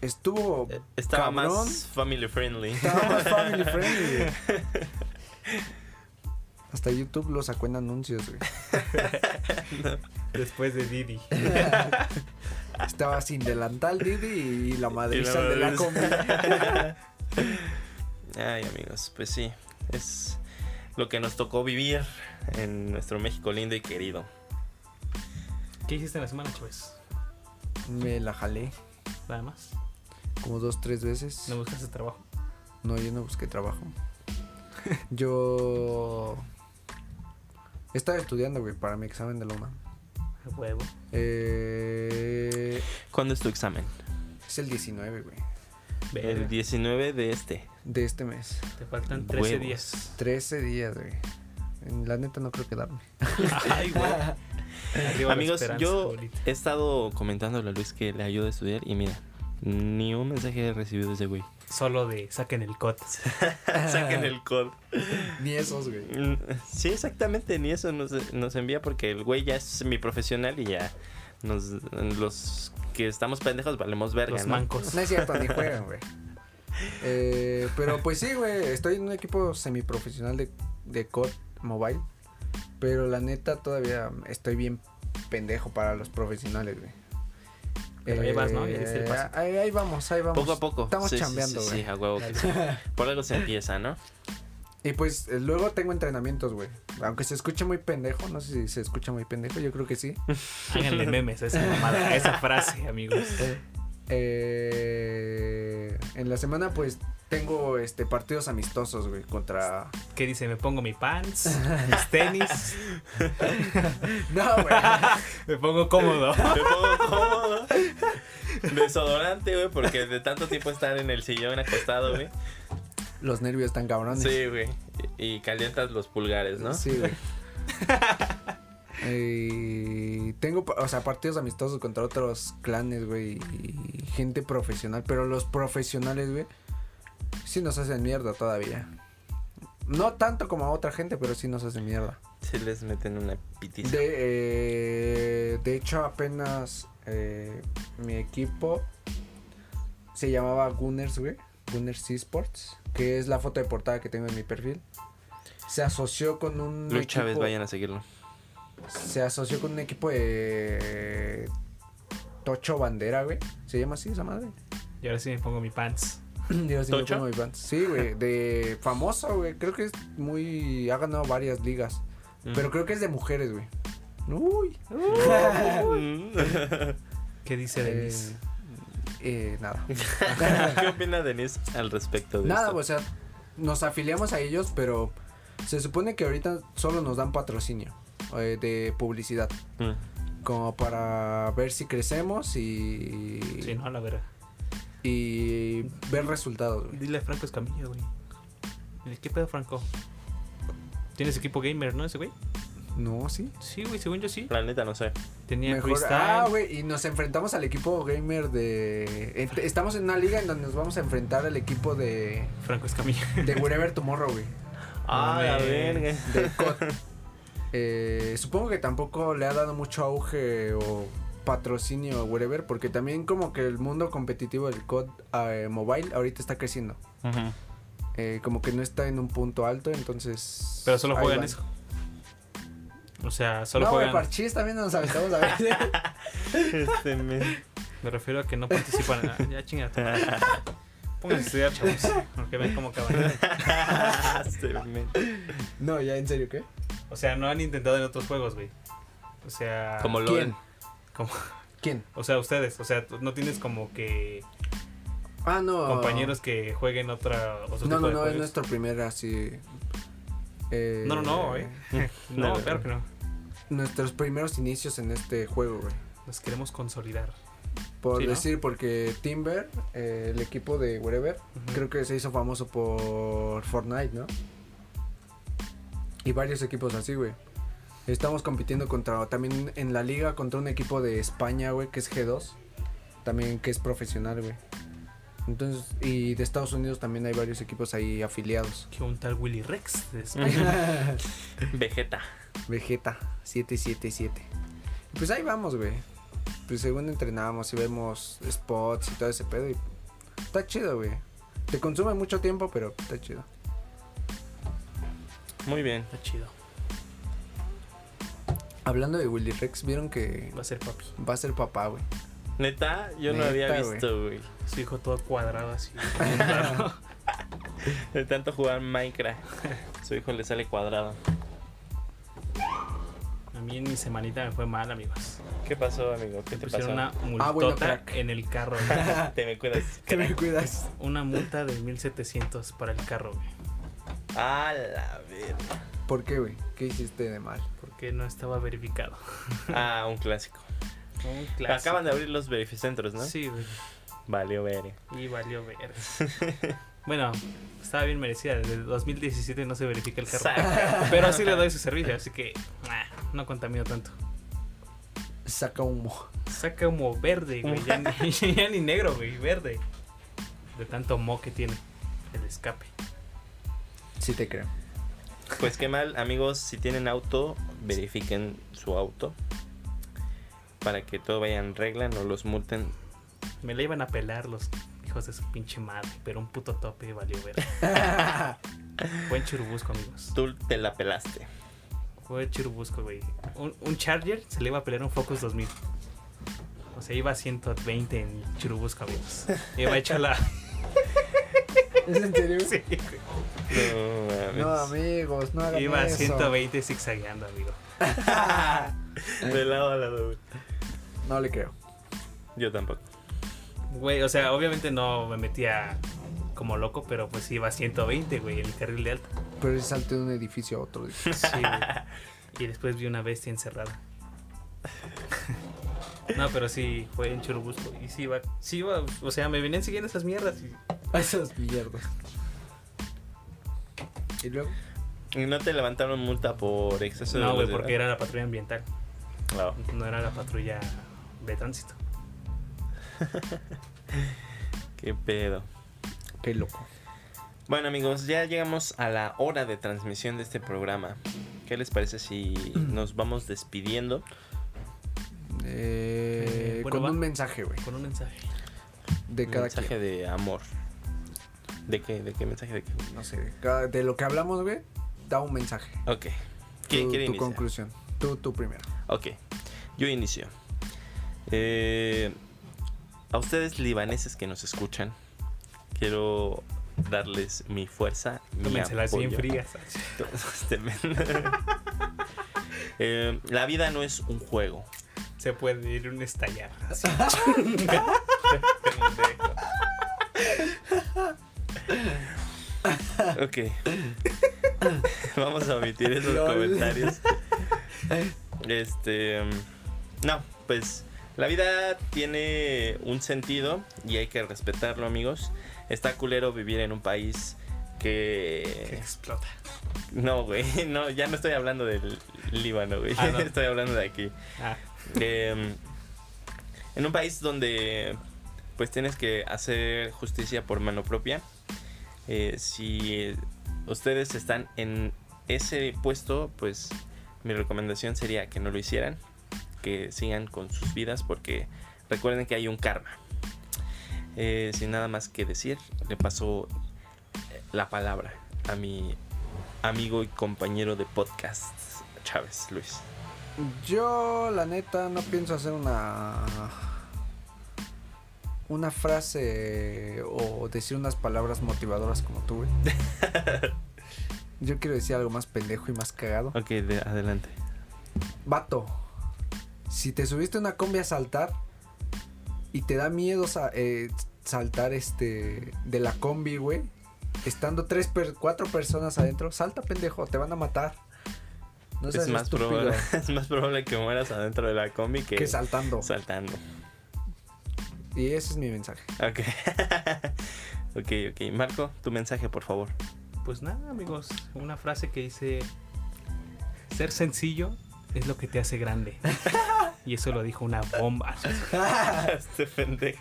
S1: estuvo.
S2: Eh, Estaba
S1: cabrón.
S2: más family friendly.
S1: Estaba
S2: [LAUGHS]
S1: más family friendly. güey. Hasta YouTube lo sacó en anuncios, güey.
S3: Después de Didi.
S1: Estaba sin delantal Didi y la madriza
S2: Y
S1: de la
S2: madriz.
S1: combi.
S2: [LAUGHS] Ay, amigos, pues sí, es lo que nos tocó vivir en nuestro México lindo y querido.
S3: ¿Qué hiciste en la semana, pues?
S1: Me la jalé
S3: Nada más.
S1: como dos, tres veces.
S3: ¿No buscaste trabajo?
S1: No, yo no busqué trabajo. [LAUGHS] Yo estaba estudiando, güey, para mi examen de Loma.
S3: A huevo.
S1: Eh,
S2: ¿Cuándo es tu examen?
S1: es el 19, güey,
S2: El 19 de este.
S1: de este mes.
S3: Te faltan 13
S2: Huevos.
S3: días.
S2: [LAUGHS]
S1: 13 días, güey. En La neta no creo quedarme.
S3: [LAUGHS] Ay, güey. Arriba la
S2: amigos,
S3: esperanza,
S2: yo
S3: abuelita.
S2: he estado comentándole a Luis que le ayuda a estudiar y mira, ni un mensaje he recibido de ese
S3: [LAUGHS]
S2: güey.
S3: Solo de saquen el cot.
S2: Saquen el code.
S1: Ni esos, güey.
S2: Mm, Sí, exactamente, ni eso nos, nos envía porque el güey ya es mi profesional y ya nos, los que estamos pendejos valemos verga,
S3: Los
S2: ¿no? [LAUGHS]
S3: mancos.
S1: No es cierto, ni juegan, güey. Eh, pero pues sí, güey, estoy en un equipo semiprofesional de, de COD Mobile. Pero la neta todavía estoy bien pendejo para los profesionales, güey.
S3: Pero ahí vas, ¿no?
S1: Eh,
S3: Ya diste el paso.
S1: ahí, ahí vamos, ahí vamos.
S2: Poco a poco.
S1: Estamos
S2: Sí, sí,
S1: chambeando,
S2: sí,
S1: güey.
S2: sí, a huevo
S1: [LAUGHS]
S2: que sí. Por algo se empieza, [LAUGHS] ¿no?
S1: Y pues eh, luego tengo entrenamientos, güey. Aunque se escuche muy pendejo, no sé si se escucha muy pendejo, yo creo que
S2: [LAUGHS]
S1: sí.
S3: Háganle memes a esa mamada, a esa frase,
S2: [LAUGHS]
S3: amigos.
S1: Eh, en la semana, pues tengo este partidos amistosos, güey, contra.
S3: ¿Qué dice? Me pongo
S2: [LAUGHS]
S3: mi pants, mis tenis,
S1: [LAUGHS] No, güey.
S3: me
S2: [LAUGHS]
S3: pongo cómodo.
S2: Me pongo cómodo. Desodorante, güey, porque de tanto tiempo estar en el sillón acostado, güey.
S1: Los nervios están cabrones.
S2: Sí, güey. Y y calientas los pulgares, ¿no?
S1: Sí,
S2: [LAUGHS]
S1: güey. Y Eh, tengo, pa- o sea, partidos amistosos contra otros clanes, güey, y gente profesional, pero los profesionales, güey, sí nos hacen mierda todavía. No tanto como a otra gente, pero sí nos hacen mierda.
S2: Se les meten una pitiza.
S1: De, eh, de hecho, apenas eh, mi equipo se llamaba Gunners, güey. Gunners Esports, que es la foto de portada que tengo en mi perfil. Se asoció con un.
S2: Luis Chávez,
S1: equipo-
S2: vayan a seguirlo.
S1: Se asoció con un equipo de. Tocho Bandera, güey. ¿Se llama así esa madre? [CLEARS THROAT]
S3: Y ahora sí me pongo mi pants.
S1: Yo sí me
S2: ¿Tocho?
S1: pongo mis pants. Sí, güey. De famoso, güey. Creo que es muy. Ha ganado varias ligas. Pero creo que es de mujeres, güey. Uy.
S3: ¿Qué dice Denise?
S1: Eh, eh, [LAUGHS] nada.
S2: [LAUGHS] ¿Qué opina Denise al respecto de
S1: Nada, pues.
S2: esto?
S1: o sea, nos afiliamos a ellos, pero se supone que ahorita solo nos dan patrocinio eh, de publicidad.
S2: Mm.
S1: Como para ver si crecemos y.
S3: Sí, no, la verdad.
S1: Y ver resultados, güey.
S3: Dile a Franco Escamilla, güey. Dile, ¿Qué pedo, Franco? ¿Tienes equipo gamer, no, ese güey?
S1: No, sí.
S3: Sí, güey, según yo sí.
S2: La neta, no sé.
S3: Tenía
S1: Mejor-
S3: freestyle.
S1: ah, güey, y nos enfrentamos al equipo gamer de... ent- estamos en una liga en donde nos vamos a enfrentar al equipo de...
S3: Franco Escamilla. [LAUGHS]
S1: De Wherever Tomorrow, güey.
S2: Ah, la verga.
S1: De COD. Eh, supongo que tampoco le ha dado mucho auge o patrocinio a Wherever, porque también como que el mundo competitivo del COD eh, mobile ahorita está creciendo. Eh, como que no está en un punto alto, entonces...
S3: Pero solo
S1: ahí
S3: juegan
S1: van.
S3: eso. O sea, solo
S1: no, güey,
S3: juegan.
S1: parchís también nos aventamos a ver. [LAUGHS]
S2: Este [LAUGHS] me-
S3: Me refiero a que no participan. Ah, ya chingada.
S1: [LAUGHS]
S3: Pónganse a estudiar, chavos. Porque ven cómo acaban.
S2: Este me-
S1: no, ya, en serio, ¿qué?
S3: O sea, no han intentado en otros juegos, güey. O sea.
S2: Como lo
S1: ¿Quién?
S3: como-
S1: ¿Quién?
S3: O sea, ustedes. O sea, tú no tienes como que
S1: Ah, no.
S3: compañeros que jueguen otra. Otro
S1: No, no,
S3: tipo de
S1: no, es
S3: juegos.
S1: nuestro primer así. eh,
S3: No, no, no, eh. No, claro que no.
S1: Nuestros primeros inicios en este juego, güey.
S3: Nos queremos consolidar.
S1: Por
S3: Sí, ¿no?
S1: decir, porque Timber, eh, el equipo de Wherever,
S3: Ujú.
S1: creo que se hizo famoso por Fortnite, ¿no? Y varios equipos así, güey. Estamos compitiendo contra, también en la liga, contra un equipo de España, güey, que es G2. También que es profesional, güey. Entonces, y de Estados Unidos también hay varios equipos ahí
S3: [LAUGHS]
S1: afiliados. [LAUGHS]
S3: Que un tal Willy Rex. de España.
S2: Vegeta.
S1: Vegeta 777. Y Pues ahí vamos, güey. Pues según entrenamos y vemos spots y todo ese pedo. Y está chido, güey. Te consume mucho tiempo, pero está chido.
S2: Muy bien.
S3: Está chido.
S1: Hablando de Willy Rex, vieron que
S3: Va a ser papi.
S1: va a ser papá, güey.
S2: Neta, yo no
S1: Neta,
S2: había
S1: güey.
S2: visto, güey.
S3: Su hijo todo cuadrado así. bien raro.
S2: De tanto jugar Minecraft. [LAUGHS] Su hijo le sale cuadrado.
S3: A mí en mi semanita me fue mal, amigos.
S2: ¿Qué pasó, amigo? ¿Qué
S3: Me
S2: te pasó? Ah,
S3: pusieron una multota
S1: Ah, bueno, crack.
S3: en el carro. güey.
S2: Te
S1: [LAUGHS]
S2: me cuidas.
S1: Que me
S2: crack.
S1: cuidas.
S3: Una multa de 1700 para el carro, güey.
S2: A Ah, la verga.
S1: ¿Por qué, güey? ¿Qué hiciste de mal?
S3: Porque no estaba verificado.
S2: Ah, un clásico. Acaban de abrir los verificentros, ¿no?
S3: Sí, güey.
S2: Valió ver.
S3: Y valió ver. bueno, estaba bien merecida. Desde 2017 no se verifica el carro. Pero así le doy su servicio, así que ah, no contamino tanto.
S1: Saca humo.
S3: Saca humo verde, güey. Ya ni, [LAUGHS] ya ni negro, güey. Verde. De tanto mo que tiene el escape.
S1: Sí te creo.
S2: Pues qué mal, amigos, si tienen auto, verifiquen su auto. Para que todo vaya en regla, no los multen.
S3: Me la iban a pelar los hijos de su pinche madre, pero un puto tope valió ver. Buen churubusco, amigos.
S2: Tú te la pelaste.
S3: Buen churubusco, güey. Un, un Charger se le iba a pelear un Focus 2000. O sea, iba a 120 en churubos cabellos. Iba hecha la. [LAUGHS]
S1: ¿Es en serio?
S3: Sí, güey.
S2: No mames.
S1: No, amigos, no hagan
S3: Iba a
S1: eso.
S3: 120 zigzagueando, amigo.
S2: [LAUGHS] De lado a lado, güey.
S1: No le creo.
S2: Yo tampoco.
S3: Güey, o sea, obviamente no me metía como loco, pero pues iba a 120, güey, en el carril de alta.
S1: Pero él saltó de un edificio a otro.
S3: [LAUGHS] Sí, güey. Y después vi una bestia encerrada. No, pero sí, fue en Churubusco. Y sí iba, sí iba, o sea, me venían siguiendo esas mierdas. Y...
S1: [LAUGHS] A esas mierdas. Y luego,
S2: ¿Y no te levantaron multa por exceso de
S3: No, güey,
S2: velocidad?
S3: porque era la patrulla ambiental,
S2: No.
S3: no era la patrulla de tránsito.
S2: Qué pedo.
S1: qué loco.
S2: Bueno, amigos, ya llegamos a la hora de transmisión de este programa. ¿Qué les
S1: [CLEARS THROAT]
S2: parece si nos vamos despidiendo?
S1: Eh,
S3: Eh, bueno,
S1: con
S3: va.
S1: un mensaje, güey.
S3: Con un mensaje.
S1: De cada
S2: mensaje
S1: quien.
S2: de amor. ¿De qué? ¿De qué mensaje? ¿De qué?
S1: No sé, de, cada- de lo que hablamos, güey, da un mensaje.
S2: Ok. ¿Quién
S1: tu,
S2: quiere
S1: tu
S2: iniciar?
S1: conclusión. Tú, tú primero.
S2: Ok, yo inicio. Eh, a ustedes libaneses que nos escuchan, quiero darles mi fuerza, mi
S3: Tómenselas
S2: apoyo.
S3: bien frías. [LAUGHS]
S2: Tómenselas. [LAUGHS] Eh, la vida no es un juego.
S3: Se puede ir un estallar. así.
S2: Ok. [LAUGHS] Vamos a omitir esos
S1: Lol.
S3: [LAUGHS]
S2: comentarios. Este. mm, No, pues. La vida tiene un sentido y hay que respetarlo, amigos. Está culero vivir en un país
S3: Que
S2: que.
S3: explota.
S2: No, güey. [LAUGHS] No, ya no estoy hablando del Líbano, güey.
S3: Ah, no.
S2: [LAUGHS] Estoy hablando de aquí.
S3: Ah,
S2: Eh, en un país donde pues tienes que hacer justicia por mano propia. eh, si ustedes están en ese puesto, pues mi recomendación sería que no lo hicieran, que sigan con sus vidas porque recuerden que hay un karma. Eh, sin nada más que decir, le paso eh, la palabra a mi amigo y compañero de podcast, Chávez Luis.
S1: Yo, la neta, no pienso hacer una. Una frase o decir unas palabras motivadoras como tú,
S2: [LAUGHS]
S1: güey. Yo quiero decir algo más pendejo y más cagado.
S2: Ok, de- adelante.
S1: Vato, si te subiste a una combi a saltar y te da miedo sa- eh, saltar este de la combi, güey, estando tres, per- cuatro personas adentro, salta, pendejo, te van a matar. No seas
S2: es, más
S1: estúpido
S2: probable, [LAUGHS] es más probable que mueras adentro de la combi que,
S1: que saltando.
S2: saltando.
S1: Y ese es mi mensaje.
S2: Ok. [LAUGHS] ok, ok. Marco, tu mensaje,
S1: [LAUGHS]
S2: por favor.
S3: Pues nada, amigos. Una frase que dice: Ser sencillo es lo que te hace
S1: [LAUGHS]
S3: grande. Y eso lo dijo una bomba.
S2: este pendejo.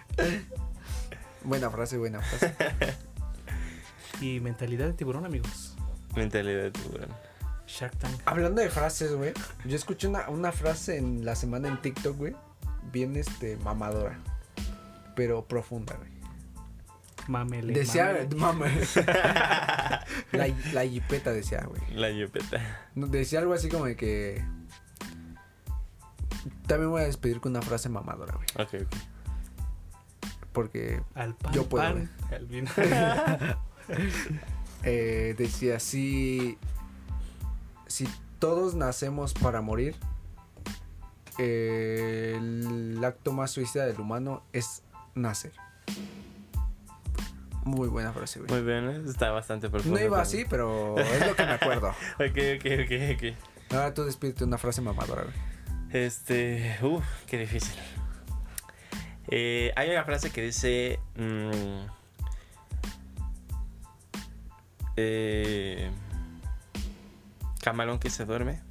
S1: Buena frase, buena frase. [LAUGHS]
S3: Y mentalidad de tiburón, amigos.
S2: Mentalidad de tiburón. [LAUGHS]
S3: Shark Tank.
S1: Hablando de frases, güey, yo escuché una, una frase en la semana en TikTok, güey, bien este mamadora, pero profunda, güey.
S3: Mamele.
S1: Decía,
S3: mamele.
S1: mame.
S2: [LAUGHS]
S1: La, la yipeta decía, güey.
S2: La yupeta.
S1: No, Decía algo así como de que. También voy a despedir con una frase mamadora, güey.
S2: Ok, ok.
S1: Porque
S3: Al pan.
S1: Yo puedo,
S3: pan,
S1: [LAUGHS]
S3: al vino.
S1: eh, decía: si. Si todos nacemos para morir, eh, el acto más suicida del humano es nacer. Muy buena frase, güey.
S2: Muy bien, ¿eh? está bastante profundo.
S1: No iba así,
S2: también.
S1: pero es lo que me acuerdo.
S2: Ok, ok, ok, ok.
S1: Ahora tú despídete una frase mamadora, güey.
S2: Este, uff, qué difícil. Eh, hay una frase que dice... mm, eh, camarón que se duerme,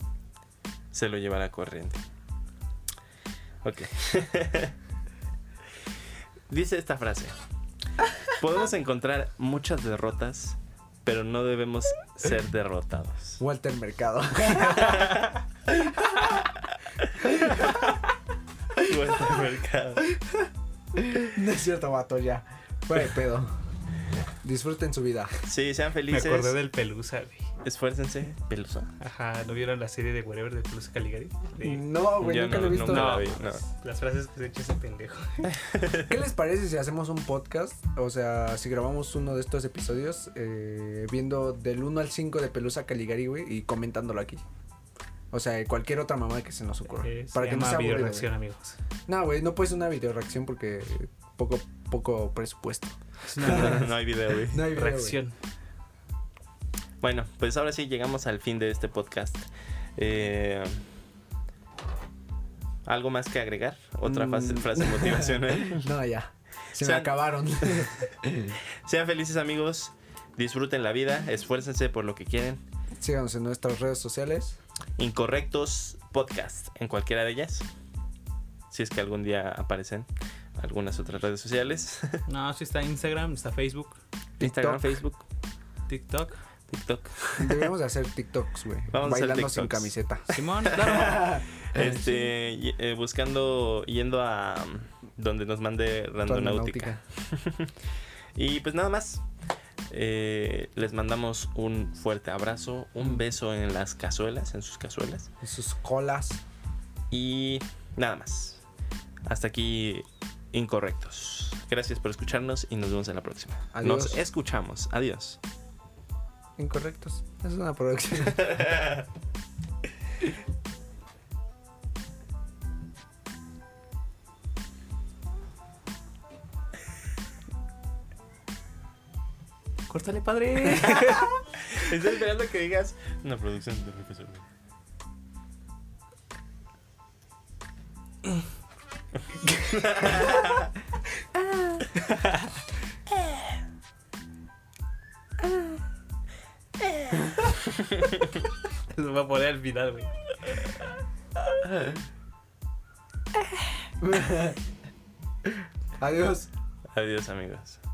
S2: se lo lleva la corriente. Ok. [LAUGHS] dice esta frase. Podemos encontrar muchas derrotas, pero no debemos ser derrotados. [LAUGHS]
S1: Walter Mercado.
S2: Walter Mercado.
S1: [LAUGHS] No es cierto, vato, ya. Fue de pedo. Disfruten su vida.
S2: Sí, sean
S3: Me
S2: felices.
S3: acordé del Pelusa, güey.
S2: Esfuércense. Pelusa.
S3: Ajá, ¿no vieron la serie de Whatever de Pelusa Caligari? De-
S1: No, güey,
S2: Yo
S1: nunca lo
S2: no-
S1: he visto.
S2: no me la vi, no.
S3: Las frases que se echa ese pendejo.
S1: ¿Qué les parece si hacemos un podcast? O sea, si grabamos uno de estos episodios, eh, viendo del 1 al 5 de Pelusa Caligari, güey, y comentándolo aquí. O sea, y cualquier otra mamada que se nos ocurra.
S3: Eh, se
S1: para que no
S3: llama
S1: sea aburrido.
S3: videoreacción,
S1: güey.
S3: amigos.
S1: No, güey, no puede ser una videoreacción porque poco, poco presupuesto. [LAUGHS]
S3: Es una
S2: no hay video, güey.
S1: No hay video, güey.
S3: reacción.
S2: Bueno, pues ahora sí llegamos al fin de este podcast. Eh, ¿Algo más que agregar? Otra
S1: Mm. [LAUGHS]
S2: frase, frase motivacional.
S1: No, ya. Se me
S2: Sean-
S1: acabaron. [LAUGHS]
S2: sean felices amigos, disfruten la vida, esfuércense por lo que quieren.
S1: Síganos en nuestras redes sociales.
S2: Incorrectos podcast en cualquiera de ellas. Si es que algún día aparecen algunas otras redes sociales.
S3: No, sí está Instagram, está Facebook,
S2: Instagram, Facebook,
S1: [LAUGHS]
S3: TikTok.
S2: TikTok.
S1: Debemos de hacer TikToks, güey.
S2: Vamos a hacer
S1: Bailando sin
S2: TikToks.
S1: camiseta.
S3: Simón, claro.
S2: Este, y- eh, buscando, yendo a um, donde nos mande Randonáutica.
S1: Náutica.
S2: Y pues nada más. Eh, les mandamos un fuerte abrazo, un beso en las cazuelas, en sus cazuelas.
S1: En sus colas.
S2: Y nada más. Hasta aquí, incorrectos. Gracias por escucharnos y nos vemos en la próxima.
S1: Adiós.
S2: Nos escuchamos. Adiós.
S1: Incorrectos. Es una producción. [LAUGHS]
S3: Córtale, [LAUGHS] padre.
S2: Estoy esperando que digas una producción de profesor.
S3: Lo voy a poner al final, güey.
S1: Adiós.
S2: Adiós, amigos.